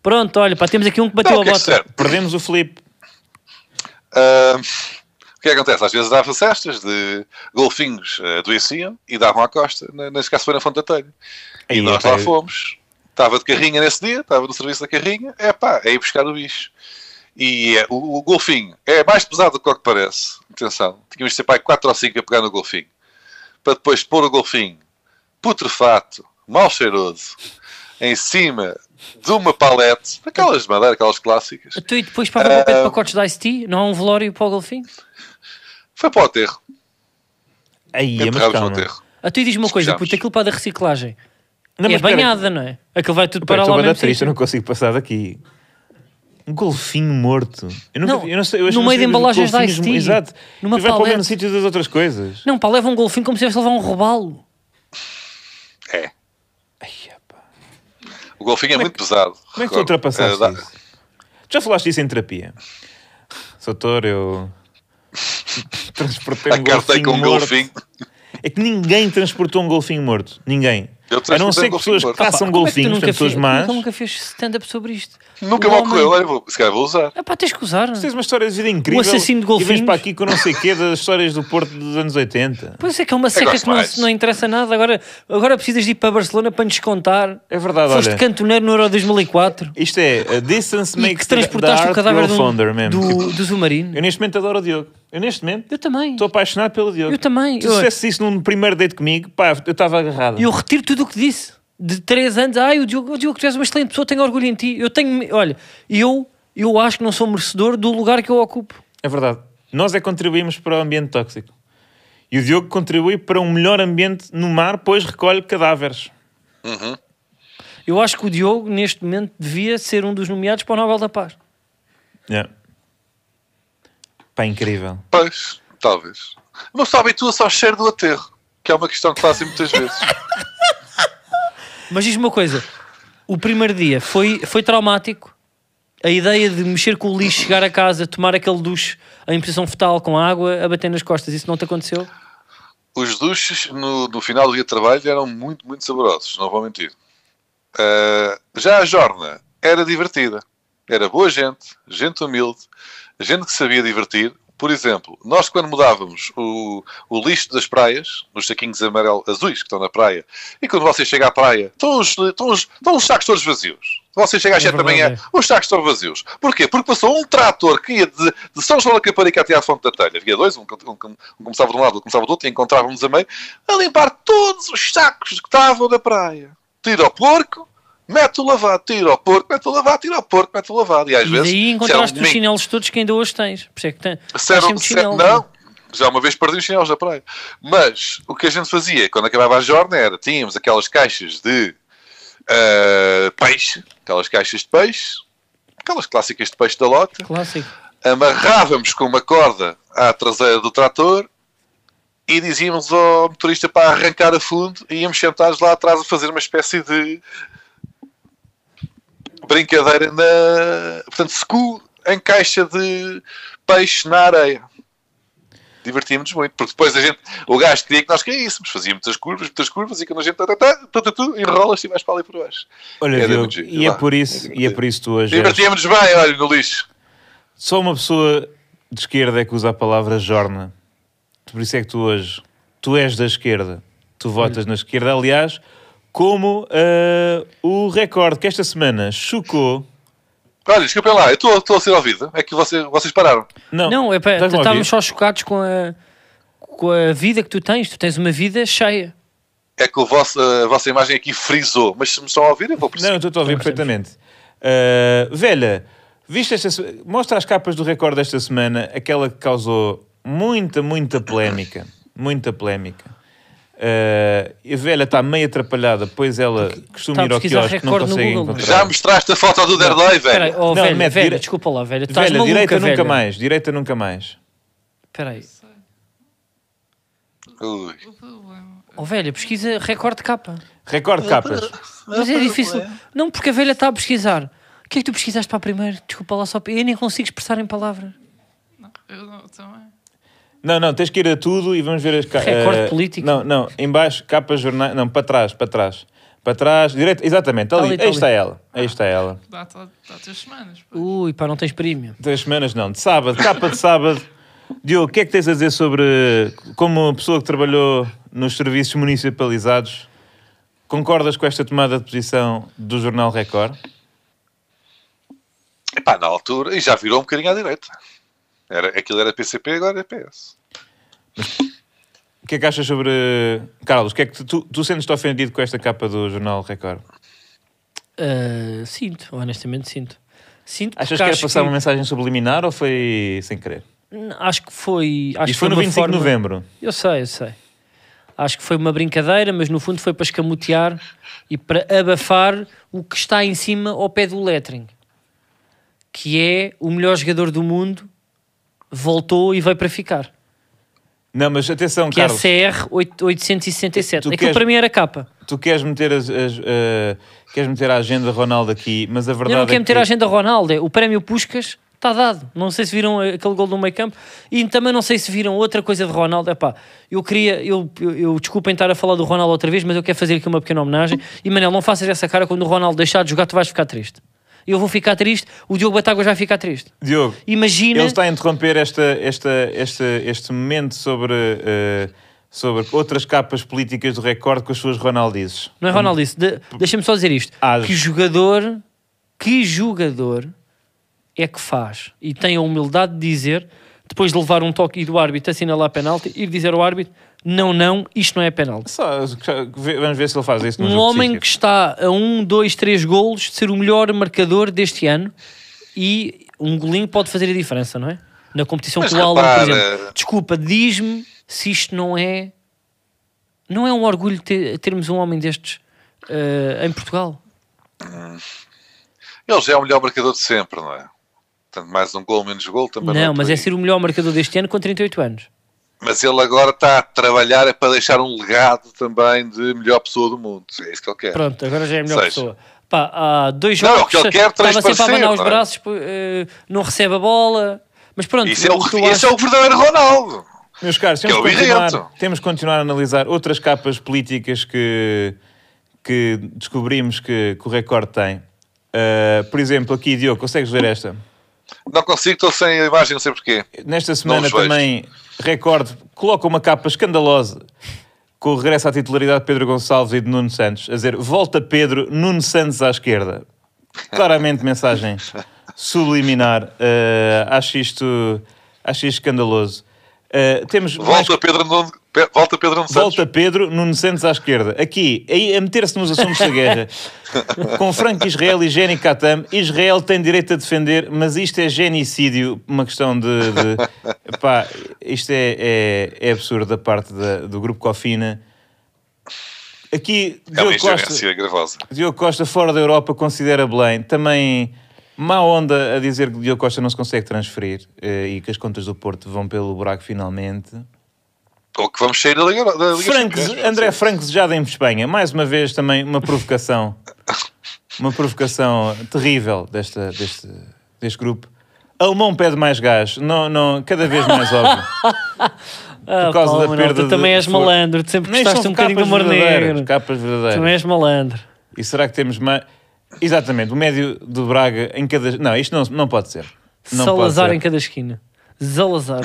A: Pronto, olha, pá, temos aqui um que bateu
C: Não, o
A: a
C: que é que
A: bota.
C: serve?
B: Perdemos o Felipe.
C: Ah, o que é que acontece? Às vezes dava cestas de golfinhos ah, adoeciam e davam à costa, na- neste caso foi na Fonte da Telha. E
B: Aí,
C: nós
B: pá,
C: lá
B: eu-
C: fomos. Estava de carrinha nesse dia, estava no serviço da carrinha. É pá, é ir buscar o bicho. E é, o, o golfinho é mais pesado do que o que parece. Atenção, tínhamos de ser pai 4 ou 5 a pegar no golfinho. Para depois pôr o golfinho putrefato, mal cheiroso, em cima de uma palete, aquelas de madeira, aquelas clássicas.
A: Tu e depois para o pé
C: Eh,
A: de pacotes de Ice-T, não há um velório para o golfinho?
C: Foi para o aterro.
B: Aí, mas
C: Enterrados no
B: calma.
C: aterro.
A: A tu e diz-me uma coisa,
C: Fechamos.
A: puto, aquilo para da reciclagem.
B: Não,
A: é
B: mas espera.
A: banhada, não é? Aquilo vai tudo
B: Pá,
A: para
B: estou
A: lá
B: bué da
A: mesmo.
B: triste, eu
A: sítio.
B: não consigo passar daqui. Um golfinho morto. Eu nunca-
A: Não,
B: eu não sei, eu acho
A: no
B: que não
A: meio de
B: sei os
A: embalagens de
B: golfinhos-
A: Ice-T,
B: Exato.
A: numa
B: E vai para o mesmo
A: palete.
B: sítio das outras coisas.
A: Não, pá, leva um golfinho como se estivesse a levar um robalo.
C: É.
B: Ai, pá.
C: O golfinho é muito pesado.
B: Como é que tu ultrapassaste
C: Ah, dá-
B: isso? Tu Já falaste isso em terapia. Soutor, eu... Transportei um
C: Acartei
B: golfinho
C: com um
B: morto.
C: golfinho.
B: É que ninguém transportou um golfinho morto. Ninguém.
C: Eu
B: A não
C: transformei
B: ser
C: em
B: que pessoas que
C: golfinho de Porto.
B: caçam
A: Como é que tu
B: golfinhos,
A: nunca
B: portanto, pessoas
A: fez- como é que
B: más.
A: tu nunca fez stand-up sobre isto?
C: Nunca
A: O
B: Um
C: me
A: homem-
C: ocorreu. Olha, vou- se calhar vou usar.
A: Epá, tens que usar. é?
B: Tens uma história de vida incrível.
A: assassino de
B: E vens
A: golfinhos.
B: para aqui com não sei o quê das histórias do Porto dos anos 80.
A: Pois é que é uma seca
C: gosto
A: que não,
C: mais.
A: se- não interessa nada. Agora, agora precisas de ir para Barcelona para nos contar.
B: É verdade,
A: Foste
B: olha.
A: cantoneiro no Euro 2004
B: Isto é, a distance
A: e
B: makes
A: que transportaste
B: the
A: o cadáver
B: art
A: de
B: grow
A: um-
B: fonder mesmo. Tipo,
A: do, do Zumarino.
B: Eu neste momento adoro o Diogo. Eu neste momento
A: Eu também.
B: estou apaixonado pelo Diogo.
A: Eu também.
B: Se
A: Eu-
B: dissesse isso num primeiro date comigo, pá, eu estava agarrado.
A: E eu retiro tudo o que disse. De três anos, ai, o Diogo, o Diogo, tu és uma excelente pessoa, tenho orgulho em ti. Eu tenho, olha, eu, eu acho que não sou merecedor do lugar que eu ocupo.
B: É verdade. Nós é que contribuímos para o ambiente tóxico. E o Diogo contribui para um melhor ambiente no mar, pois recolhe cadáveres.
A: Eu acho que o Diogo, neste momento, devia ser um dos nomeados para o Nobel da Paz.
B: É. Pá, incrível.
C: Pois, talvez. Não se habitua-se ao cheiro do aterro, que é uma questão que fazem muitas vezes.
A: Mas diz-me uma coisa: o primeiro dia foi, foi traumático. A ideia de mexer com o lixo, chegar a casa, tomar aquele duche em posição fetal com água, a bater nas costas, isso não te aconteceu?
C: Os duches no, no final do dia de trabalho eram muito, muito saborosos, não vou mentir. Ah, já a Jorna era divertida. Era boa gente, gente humilde, gente que sabia divertir. Por exemplo, nós quando mudávamos o, o lixo das praias, os saquinhos amarelo azuis que estão na praia, e quando você chega à praia, estão os, estão os- estão os sacos todos vazios. Você chega às
A: É
C: 7 da
A: verdade,
C: manhã, os sacos estão vazios. Porquê? Porque passou um trator que ia de, de São João da Caparica até à Fonte da Telha. Havia dois, um, que- um que- um começava de um lado, outro começava do outro, e encontrávamos a meio, a limpar todos os sacos que estavam na praia. Tira o porco, mete o lavado, tira o porco, mete o lavado, tira o porco, mete o lavado. E às
A: E
C: vezes...
A: daí
C: se
A: encontraste
C: era um
A: os
C: domingo-
A: chinelos todos que ainda hoje tens. Por isso é que tem, tens
C: se era-
A: sempre é?
C: se-
A: chinelos,
C: não, já uma vez perdi os chinelos da praia. Mas o que a gente fazia quando acabava a jornada era, tínhamos aquelas caixas de ah, peixe, aquelas caixas de peixe, aquelas clássicas de peixe da lota,
A: Clássico.
C: amarrávamos com uma corda à traseira do trator e dizíamos ao motorista para arrancar a fundo e íamos sentados lá atrás a fazer uma espécie de brincadeira na. Portanto, secu em caixa de peixe na areia. Divertíamos-nos muito, porque depois a gente, o gajo queria que nós caíssemos, fazia muitas curvas, muitas curvas, e quando a gente tá, tá, tá, tá, tá, tá, enrolas e vais para ali por baixo.
B: Olha,
C: Era
B: Diogo,
C: muito giro,
B: e é
C: vá.
B: por isso, e é por isso tu hoje. és-
C: Divertíamos-nos bem, olha, no lixo.
B: Só uma pessoa de esquerda é que usa a palavra jorna. Por isso é que tu hoje, tu és da esquerda, tu votas na esquerda. Aliás, como ah, o recorde que esta semana chocou.
C: Olha, desculpem lá, eu estou- estou a ser ouvido. É que você- vocês pararam.
B: Não,
A: Não, é pá,
B: estás-me a ouvir?
A: estávamos só chocados com a, com a vida que tu tens. Tu tens uma vida cheia.
C: É que o vosso- a vossa imagem aqui frisou, mas se me estão a ouvir, eu vou
B: Não, eu
C: perceber.
B: estou a ouvir perfeitamente. Ah, velha, viste esta se- mostra as capas do recorde desta semana, aquela que causou muita, muita polémica. Muita polémica. Ah, e a velha está meio atrapalhada, pois ela costuma
A: está a
B: ir ao
A: pesquisar
B: quiosque, não
A: Record no
B: consegue
A: Google, não é?
B: encontrar.
C: Já mostraste a foto do Derlei,
A: Espera aí,
C: velho.
A: oh,
B: Não,
A: velha,
B: mete
A: velha,
B: dire-
A: desculpa lá, velha. Estás
B: Velha,
A: maluca,
B: direita
A: velha.
B: nunca mais, direita nunca mais.
A: Espera aí.
C: Ui.
A: Oh, velha, pesquisa recorde de capa.
B: Recorde capas.
A: Mas é difícil. Não, porque a velha está a pesquisar. O que é que tu pesquisaste para a primeira? Desculpa lá só. Eu nem consigo expressar em palavras.
E: Não, eu não, também.
B: Não, não, tens que ir a tudo e vamos ver as capas.
A: Recorde político.
B: Não, não, em baixo, capas jornais. Não, para trás, para trás. Para trás, direita, exatamente, ali,
A: ali, tá
B: aí
A: ali.
B: está ela. Aí está ela.
E: Dá, dá, dá três semanas. pá.
A: Ui, pá, não tens prémio.
B: Três semanas não, de sábado, capa de sábado. Diogo, o que é que tens a dizer sobre como uma pessoa que trabalhou nos serviços municipalizados concordas com esta tomada de posição do Jornal Record?
C: Epá, na altura, e já virou um bocadinho à direita. Era, aquilo era PCP, agora é PS.
B: O que é que achas sobre. Carlos, o que é que tu, tu, tu sentes-te ofendido com esta capa do Jornal Record?
A: Ah, sinto, honestamente sinto. Sinto
B: Achas
A: porque
B: que era
A: acho
B: passar uma mensagem subliminar ou foi sem querer?
A: N- Acho que foi. Acho
B: Isto foi
A: que
B: no
A: uma
B: 25
A: forma-
B: de novembro.
A: Eu sei, eu sei. Acho que foi uma brincadeira, mas no fundo foi para escamotear e para abafar o que está em cima ao pé do lettering, que é o melhor jogador do mundo voltou e veio para ficar.
B: Não, mas atenção,
A: Que
B: Carlos.
A: é a CR 8- 867.
B: Tu
A: Aquilo
B: queres-
A: para mim era capa.
B: Tu queres meter, as, as, eh, queres meter a agenda Ronaldo aqui, mas a
A: Eu
B: verdade
A: não quero
B: é que...
A: meter a agenda Ronaldo. é O prémio Puscas está dado. Não sei se viram aquele gol do meio campo e também não sei se viram outra coisa de Ronaldo. Epá, eu queria, eu, eu, eu desculpem estar a falar do Ronaldo outra vez, mas eu quero fazer aqui uma pequena homenagem. E Manel, não faças essa cara quando o Ronaldo deixar de jogar, tu vais ficar triste. Eu vou ficar triste, o Diogo Batáguas vai ficar triste.
B: Diogo,
A: Imagina.
B: ele está a interromper esta, esta, esta, este momento sobre, eh, sobre outras capas políticas do recorde com as suas Ronaldizes.
A: Não é Ronaldo isso. De, Deixa-me só dizer isto.
B: Ah.
A: Que jogador, que jogador é que faz e tem a humildade de dizer, depois de levar um toque e do árbitro assinalar penalti, ir dizer ao árbitro: não, não, isto não é penalti.
B: Só- ve- vamos ver se ele
C: é
B: faz isso num
A: Um
B: jogo
A: homem
B: decisivo.
A: que está a um, dois, três golos de ser o melhor marcador deste ano e um golinho pode fazer a diferença, não é? Na competição
C: Mas
A: com o Alan, por
C: repara-
A: exemplo. Desculpa, diz-me se isto não é. Não é um orgulho ter- termos um homem destes eh, em Portugal?
C: Ele já é o melhor marcador de sempre, não é? Portanto, mais um gol, menos gol também.
A: Não, mas
C: por
A: é
C: aí.
A: ser o melhor marcador deste ano com 38 anos.
C: Mas ele agora está a trabalhar é para deixar um legado também de melhor pessoa do mundo. É isso que ele quer.
A: Pronto, agora já é a melhor
C: Seja.
A: pessoa. Pá, há dois
C: Não, é
A: jogos.
C: o que ele
A: se-
C: quer, três
A: Estava sempre a
C: parecer,
A: abanar os
C: não é?
A: braços, pô, eh, não recebe a bola. Mas pronto,
C: Isso é o,
A: que eu
C: isso é
A: acho-
C: o verdadeiro Ronaldo.
B: Meus caros,
C: Que é
B: temos
C: o
B: que, continuar,
C: irrente.
B: temos que continuar a analisar outras capas políticas que, que descobrimos que, que o recorde tem. Ah, por exemplo, aqui, Diogo, consegues ver esta?
C: Não consigo, estou sem a imagem, não sei porquê.
B: Nesta semana
C: os vejo.
B: também, recorde, coloca uma capa escandalosa com o regresso à titularidade de Pedro Gonçalves e de Nuno Santos. A dizer, volta Pedro, Nuno Santos à esquerda. Claramente mensagem subliminar. Ah, acho, isto, acho isto escandaloso. Ah, temos mais
C: Volta Pedro Nuno, Pe- volta Pedro Nuno Santos.
B: Volta Pedro, Nuno Santos à esquerda. Aqui, aí, a meter-se nos assuntos da guerra. Com Franco Israel e Jenny Katam, Israel tem direito a defender, mas isto é genocídio, uma questão de... de- pá, isto é, é, é absurdo da parte da- do Grupo Cofina. Aqui,
C: É uma
B: Diogo Costa,
C: ingerência gravosa.
B: Diogo Costa, fora da Europa, considera Belém. Também, má onda a dizer que Diogo Costa não se consegue transferir eh, e que as contas do Porto vão pelo buraco finalmente.
C: Ou que vamos sair da Liga, da Liga
B: Franco,
C: Champions.
B: André Franco desejado em Espanha. Mais uma vez também uma provocação. Uma provocação terrível desta, deste, deste grupo. Alemão pede mais gás. Não, não, cada vez mais óbvio.
A: Ah,
B: por causa da
A: Manuel,
B: perda
A: tu também
B: de-
A: és
B: de-
A: malandro, tu sempre
B: Nem
A: gostaste
B: são
A: um bocadinho do
B: capas
A: Mar
B: verdadeiras,
A: Negro. é?
B: Capas verdadeiras.
A: Também és malandro.
B: E será que temos mais... Exatamente, o médio do Braga em cada... Não, isto não, não pode ser. Não
A: Salazar
B: pode
A: em
B: ser.
A: cada esquina. Zalazar.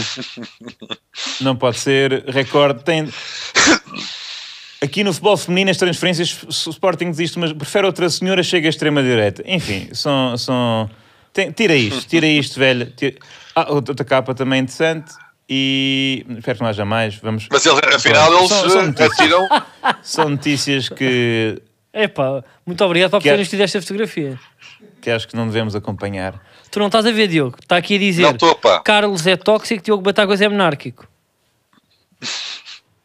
B: Não pode ser. Recorde tem... Aqui no futebol feminino as transferências o Sporting desiste, mas prefere outra senhora chega à extrema direita. Enfim, são... são... tem- tira isto, tira isto, velho. Tira... Ah, outra outra capa também interessante e... Espero que não haja mais. Vamos...
C: Mas ele, afinal
B: São-
C: eles
B: são- são
C: eh,
B: notícias-
C: atiram.
B: são notícias que
A: Epá, muito obrigado por
B: Que é-
A: terem tido esta fotografia.
B: que acho que não devemos acompanhar.
A: Tu não estás a ver, Diogo. Está aqui a dizer:
C: Não estou, pá.
A: Carlos é tóxico, Diogo Batáguas é monárquico.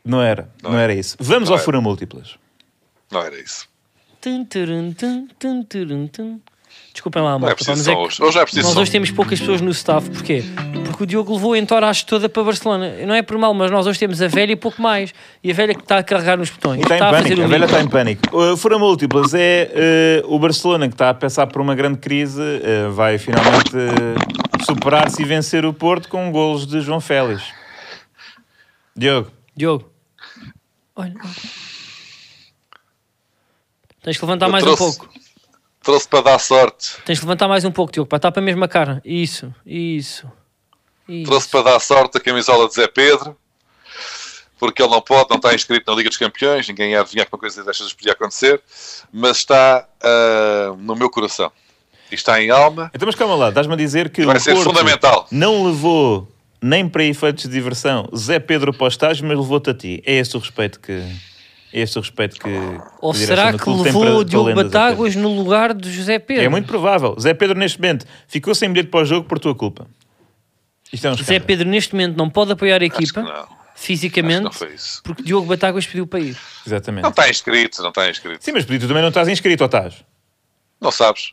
B: Não era, não, era isso. Vamos
C: Não é.
B: ao
C: era.
B: Fura Múltiplas.
C: Não era isso.
A: Tum, turum, tum, tum, turum, tum. Desculpem lá,
C: Não é
A: malta,
C: preciso
A: mas é
C: só
A: que
C: hoje. Hoje não é preciso
A: nós
C: só.
A: hoje temos poucas pessoas no staff, porquê? Porque o Diogo levou a entourage toda para Barcelona. Não é por mal, mas nós hoje temos a velha e pouco mais. E a velha que está a carregar nos botões.
B: E está em
A: Tá a um
B: pânico, a,
A: o mimo.
B: velha está em pânico. Uh, Fura Múltiplas é uh, o Barcelona que está a passar por uma grande crise, uh, vai finalmente uh, superar-se e vencer o Porto com golos de João Félix. Diogo,
A: Diogo. Olha. Tens que levantar
C: Eu
A: mais um
C: trouxe-
A: pouco.
C: Trouxe para dar sorte.
A: Tens que levantar mais um pouco, Diogo. Pá, tapa a mesma cara. Isso, isso. isso.
C: Trouxe para dar sorte a camisola de Zé Pedro, porque ele não pode, não está inscrito na Liga dos Campeões, ninguém ia adivinhar que uma coisa destas podia acontecer, mas está ah, no meu coração. E está em alma.
B: então mas calma lá, estás-me a dizer que
C: Vai
B: o
C: ser
B: Porto
C: fundamental.
B: não levou nem para efeitos de diversão Zé Pedro para o estágio, mas levou-te a ti. É esse o respeito que... É esse o respeito que...
A: Ou
B: a direção
A: será
B: do
A: que
B: clube tem para-
A: levou o
B: para
A: Diogo
B: lendas, Zé Pedro?
A: Batáguas no lugar do José Pedro?
B: É muito provável. Zé Pedro, neste momento, ficou sem bilhete para o jogo por tua culpa. Isto é um
A: Zé
B: escândalo.
A: Pedro, neste momento, não pode apoiar a equipa
C: não. Acho que não
A: fisicamente
C: foi isso.
A: porque Diogo Batáguas pediu para ir.
B: Exatamente.
C: Não está inscrito, não está inscrito.
B: Sim, mas Pedro, tu também não estás inscrito, ou estás?
C: Não sabes.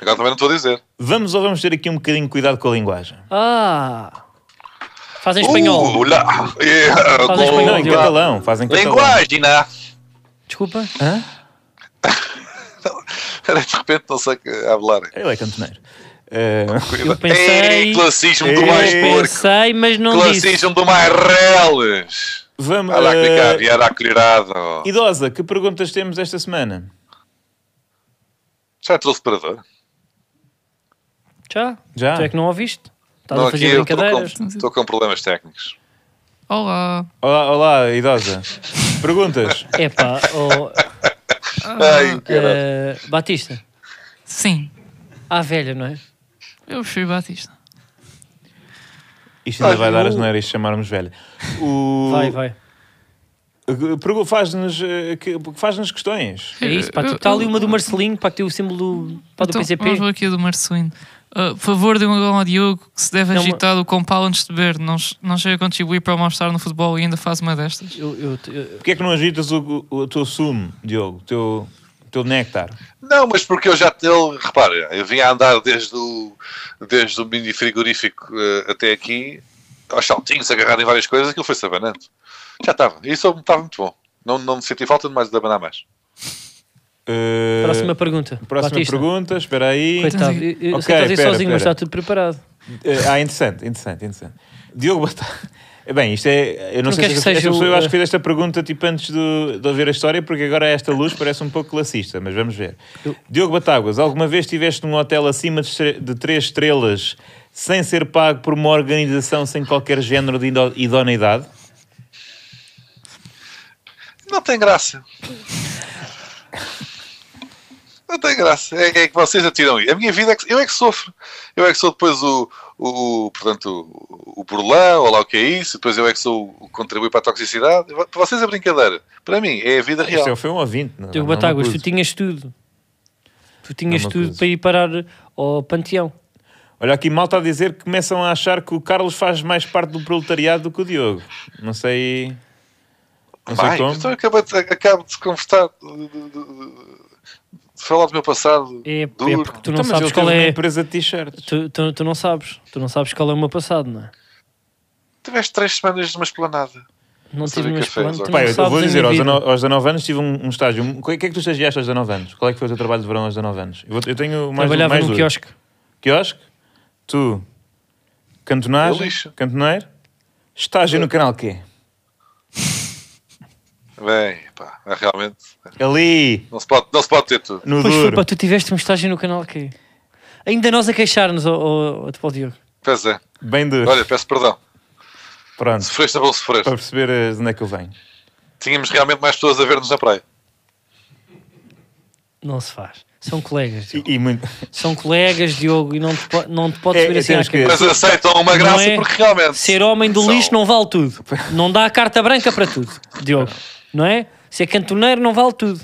C: Agora também não estou a dizer.
B: Vamos ou vamos ter aqui um bocadinho de cuidado com a linguagem?
A: Ah! Faz em espanhol.
C: Uh, lá. Yeah,
A: Fala em
C: com-
A: espanhol,
B: não, em
A: Diogo.
B: catalão. Fazem catalão.
C: Linguagem, né?
A: Desculpa.
B: Hã?
C: De repente não sei que hablar.
B: Ele é cantoneiro. Uh, Eh,
A: Eu pensei-
C: Ei, classismo do
B: Ei,
C: mais
B: eu
C: porco.
A: Pensei, mas não disse.
C: Classismo do mais reles.
B: vamos.
C: Vai lá é
B: eh,
C: clicar, e era colherado.
B: idosa, que perguntas temos esta semana?
C: Já é trouxe para dor.
A: Já?
B: Já?
A: Tu é que não ouviste? Estás
C: Não,
A: a
C: aqui
A: fazer
C: eu estou
A: brincadeiras?
C: com, estou com problemas técnicos.
E: Olá.
B: Olá, olá idosa. Perguntas?
A: É pá, oh,
B: Ah.
C: Ai, caralho.
A: eh, Batista.
E: Sim,
A: Ah, velha, não é?
E: eu fui Batista.
B: Isto ainda
C: Ai,
B: vai dar
C: eu-
B: as neiras chamarmos velha. O-
A: Vai, É vai.
B: Pergu- Faz-nos eh, que- faz-nos questões.
A: É isso, pá. Tipo, está ali uma do Marcelinho, pá, que tem o símbolo do, pá, do
E: Então,
A: PCP.
E: vamos ver aqui a do Marcelino. Ah, favor de um gol ao Diogo que se deve
A: É uma-
E: agitar o compal antes de beber. Não, não chega a contribuir para o mal-estar no futebol e ainda faz uma destas.
A: Eu, eu, eu-
B: Porquê é que não agitas o, o, o teu sumo, Diogo? O teu, o teu néctar?
C: Não, mas porque eu já. Ele, repara, eu vim a andar desde o, desde o mini frigorífico eh, até aqui, aos saltinhos, agarrado em várias coisas, aquilo foi sabanando. Já estava. Isso estava muito bom. Não, não me senti falta de mais de abanar mais.
B: Eh,
A: próxima pergunta.
B: próxima
A: Batista.
B: pergunta, espera aí.
A: Coitado, eu, eu sei
B: Ok,
A: que estás aí
B: pera,
A: sozinho, mas
B: pera.
A: está tudo preparado.
B: Eh, ah, interessante, interessante, interessante. Diogo Batata. Bem, isto é. Eu não,
A: Não queres que
B: sei se esta,
A: seja
B: esta
A: o,
B: pessoa eu acho que
A: eh,
B: fez esta pergunta tipo antes do- de ouvir a história, porque agora esta luz parece um pouco classista, mas vamos ver. Diogo Batáguas, alguma vez estiveste num hotel acima de, estre- de três estrelas sem ser pago por uma organização sem qualquer género de ido- idoneidade?
C: Não tem graça. Não tem graça. É, é que vocês atiram aí. A minha vida é que eu é que sofro. Eu é que sou depois o, o portanto, o, o burlão, ou lá o que é isso, depois eu é que sou o que contribui para a toxicidade. Para vocês é brincadeira. Para mim, é a vida real.
B: Isto é- foi um ouvinte. não-
A: Diogo
B: não me
A: Batáguas, tu
B: acuso.
A: tinhas tudo. Tu tinhas
B: Não me
A: tudo
B: acuso.
A: para ir parar ao panteão.
B: Olha aqui, malta a dizer que começam a achar que o Carlos faz mais parte do proletariado do que o Diogo. Não sei. Não sei
C: Vai,
B: como.
C: então eu acabei de- acabo de conversar, de, de- de- de falar do meu passado.
A: É, é
C: duro.
A: porque tu
B: Então,
A: não
B: mas
A: sabes
B: ele teve
A: qual
B: uma
A: é.
B: empresa de t-shirts.
A: Tu, tu, tu não sabes. Tu não sabes qual é o meu passado, não é?
C: Tiveste três semanas numa esplanada.
A: Não
C: Sabe
A: tive nenhum
C: o que é que fez,
A: explano,
C: ó.
A: tu
B: Pá,
A: não
B: eu
A: sabes
B: vou
A: a
B: dizer,
A: minha
B: aos,
A: vida.
B: 19, aos 19 anos tive um, um estágio. O que é que tu estagiaste aos 19 anos? Qual é que foi o teu trabalho de verão aos 19 anos? Eu, vou- eu tenho mais
A: Trabalhava
B: um, mais
A: num
B: dois.
A: quiosque.
B: Quiosque? Tu?
C: Eu
B: Cantonagem?
C: lixo.
B: Cantoneiro? Estágio no canal Q.
C: Bem, pá, é realmente.
B: Ali,
C: Não se pode, não se pode ter tudo.
B: no
A: Pois foi,
B: duro.
A: pá, tu tiveste um estágio no canal que Ainda nós a queixar-nos, ó, ó, ó, Paulo Diogo.
C: Pois é.
B: Bem duro.
C: Olha, peço perdão.
B: Pronto.
C: Sofreste a bom sofrer.
B: Para perceber eh, de onde é que eu venho.
C: Tínhamos realmente mais pessoas a ver-nos na praia.
A: Não se faz. São colegas, Diogo.
B: E, e muito.
A: São colegas, Diogo, e não te, po- não te podes
B: É,
A: ver
B: é,
A: assim à
B: temos que-
A: cabeça.
C: Mas aceitam uma
A: Não
C: graça
A: é?
C: porque realmente.
A: Ser homem do
C: são-
A: lixo não vale tudo. Não dá a carta branca para tudo, Diogo. Não é? Ser cantoneiro não vale tudo.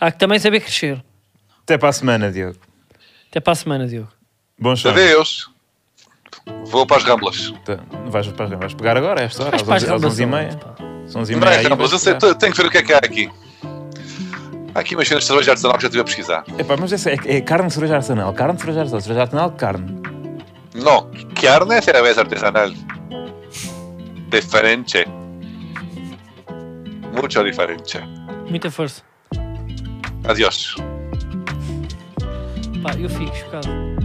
A: Há que também saber crescer.
B: Até para a semana, Diogo.
A: Até para a semana, Diogo.
C: Tá
B: Bom chão.
C: Adeus. Vou para as Ramblas.
B: Tá, Vais, vais, vais pegar agora, a esta hora,
A: Vais
B: às
A: para as
B: 11 às
A: Ramblas
B: 11 e meia.
A: agora,
B: São 11 e
C: André,
B: meia. aí,
C: Ramblas, eu
B: vais
C: sei,
B: pegar.
C: tô- tenho que ver o que é que há aqui. Há aqui umas cenas de cerveja artesanal que já estive a pesquisar.
B: Epá, mas essa é, é carne de cereja artesanal, carne de cereja artesanal, cereja artesanal, carne.
C: Não, carne é cerveja artesanal. Diferente. Mucho diferente.
A: Muita força.
C: Adiós.
A: Pá, eu fico chocado.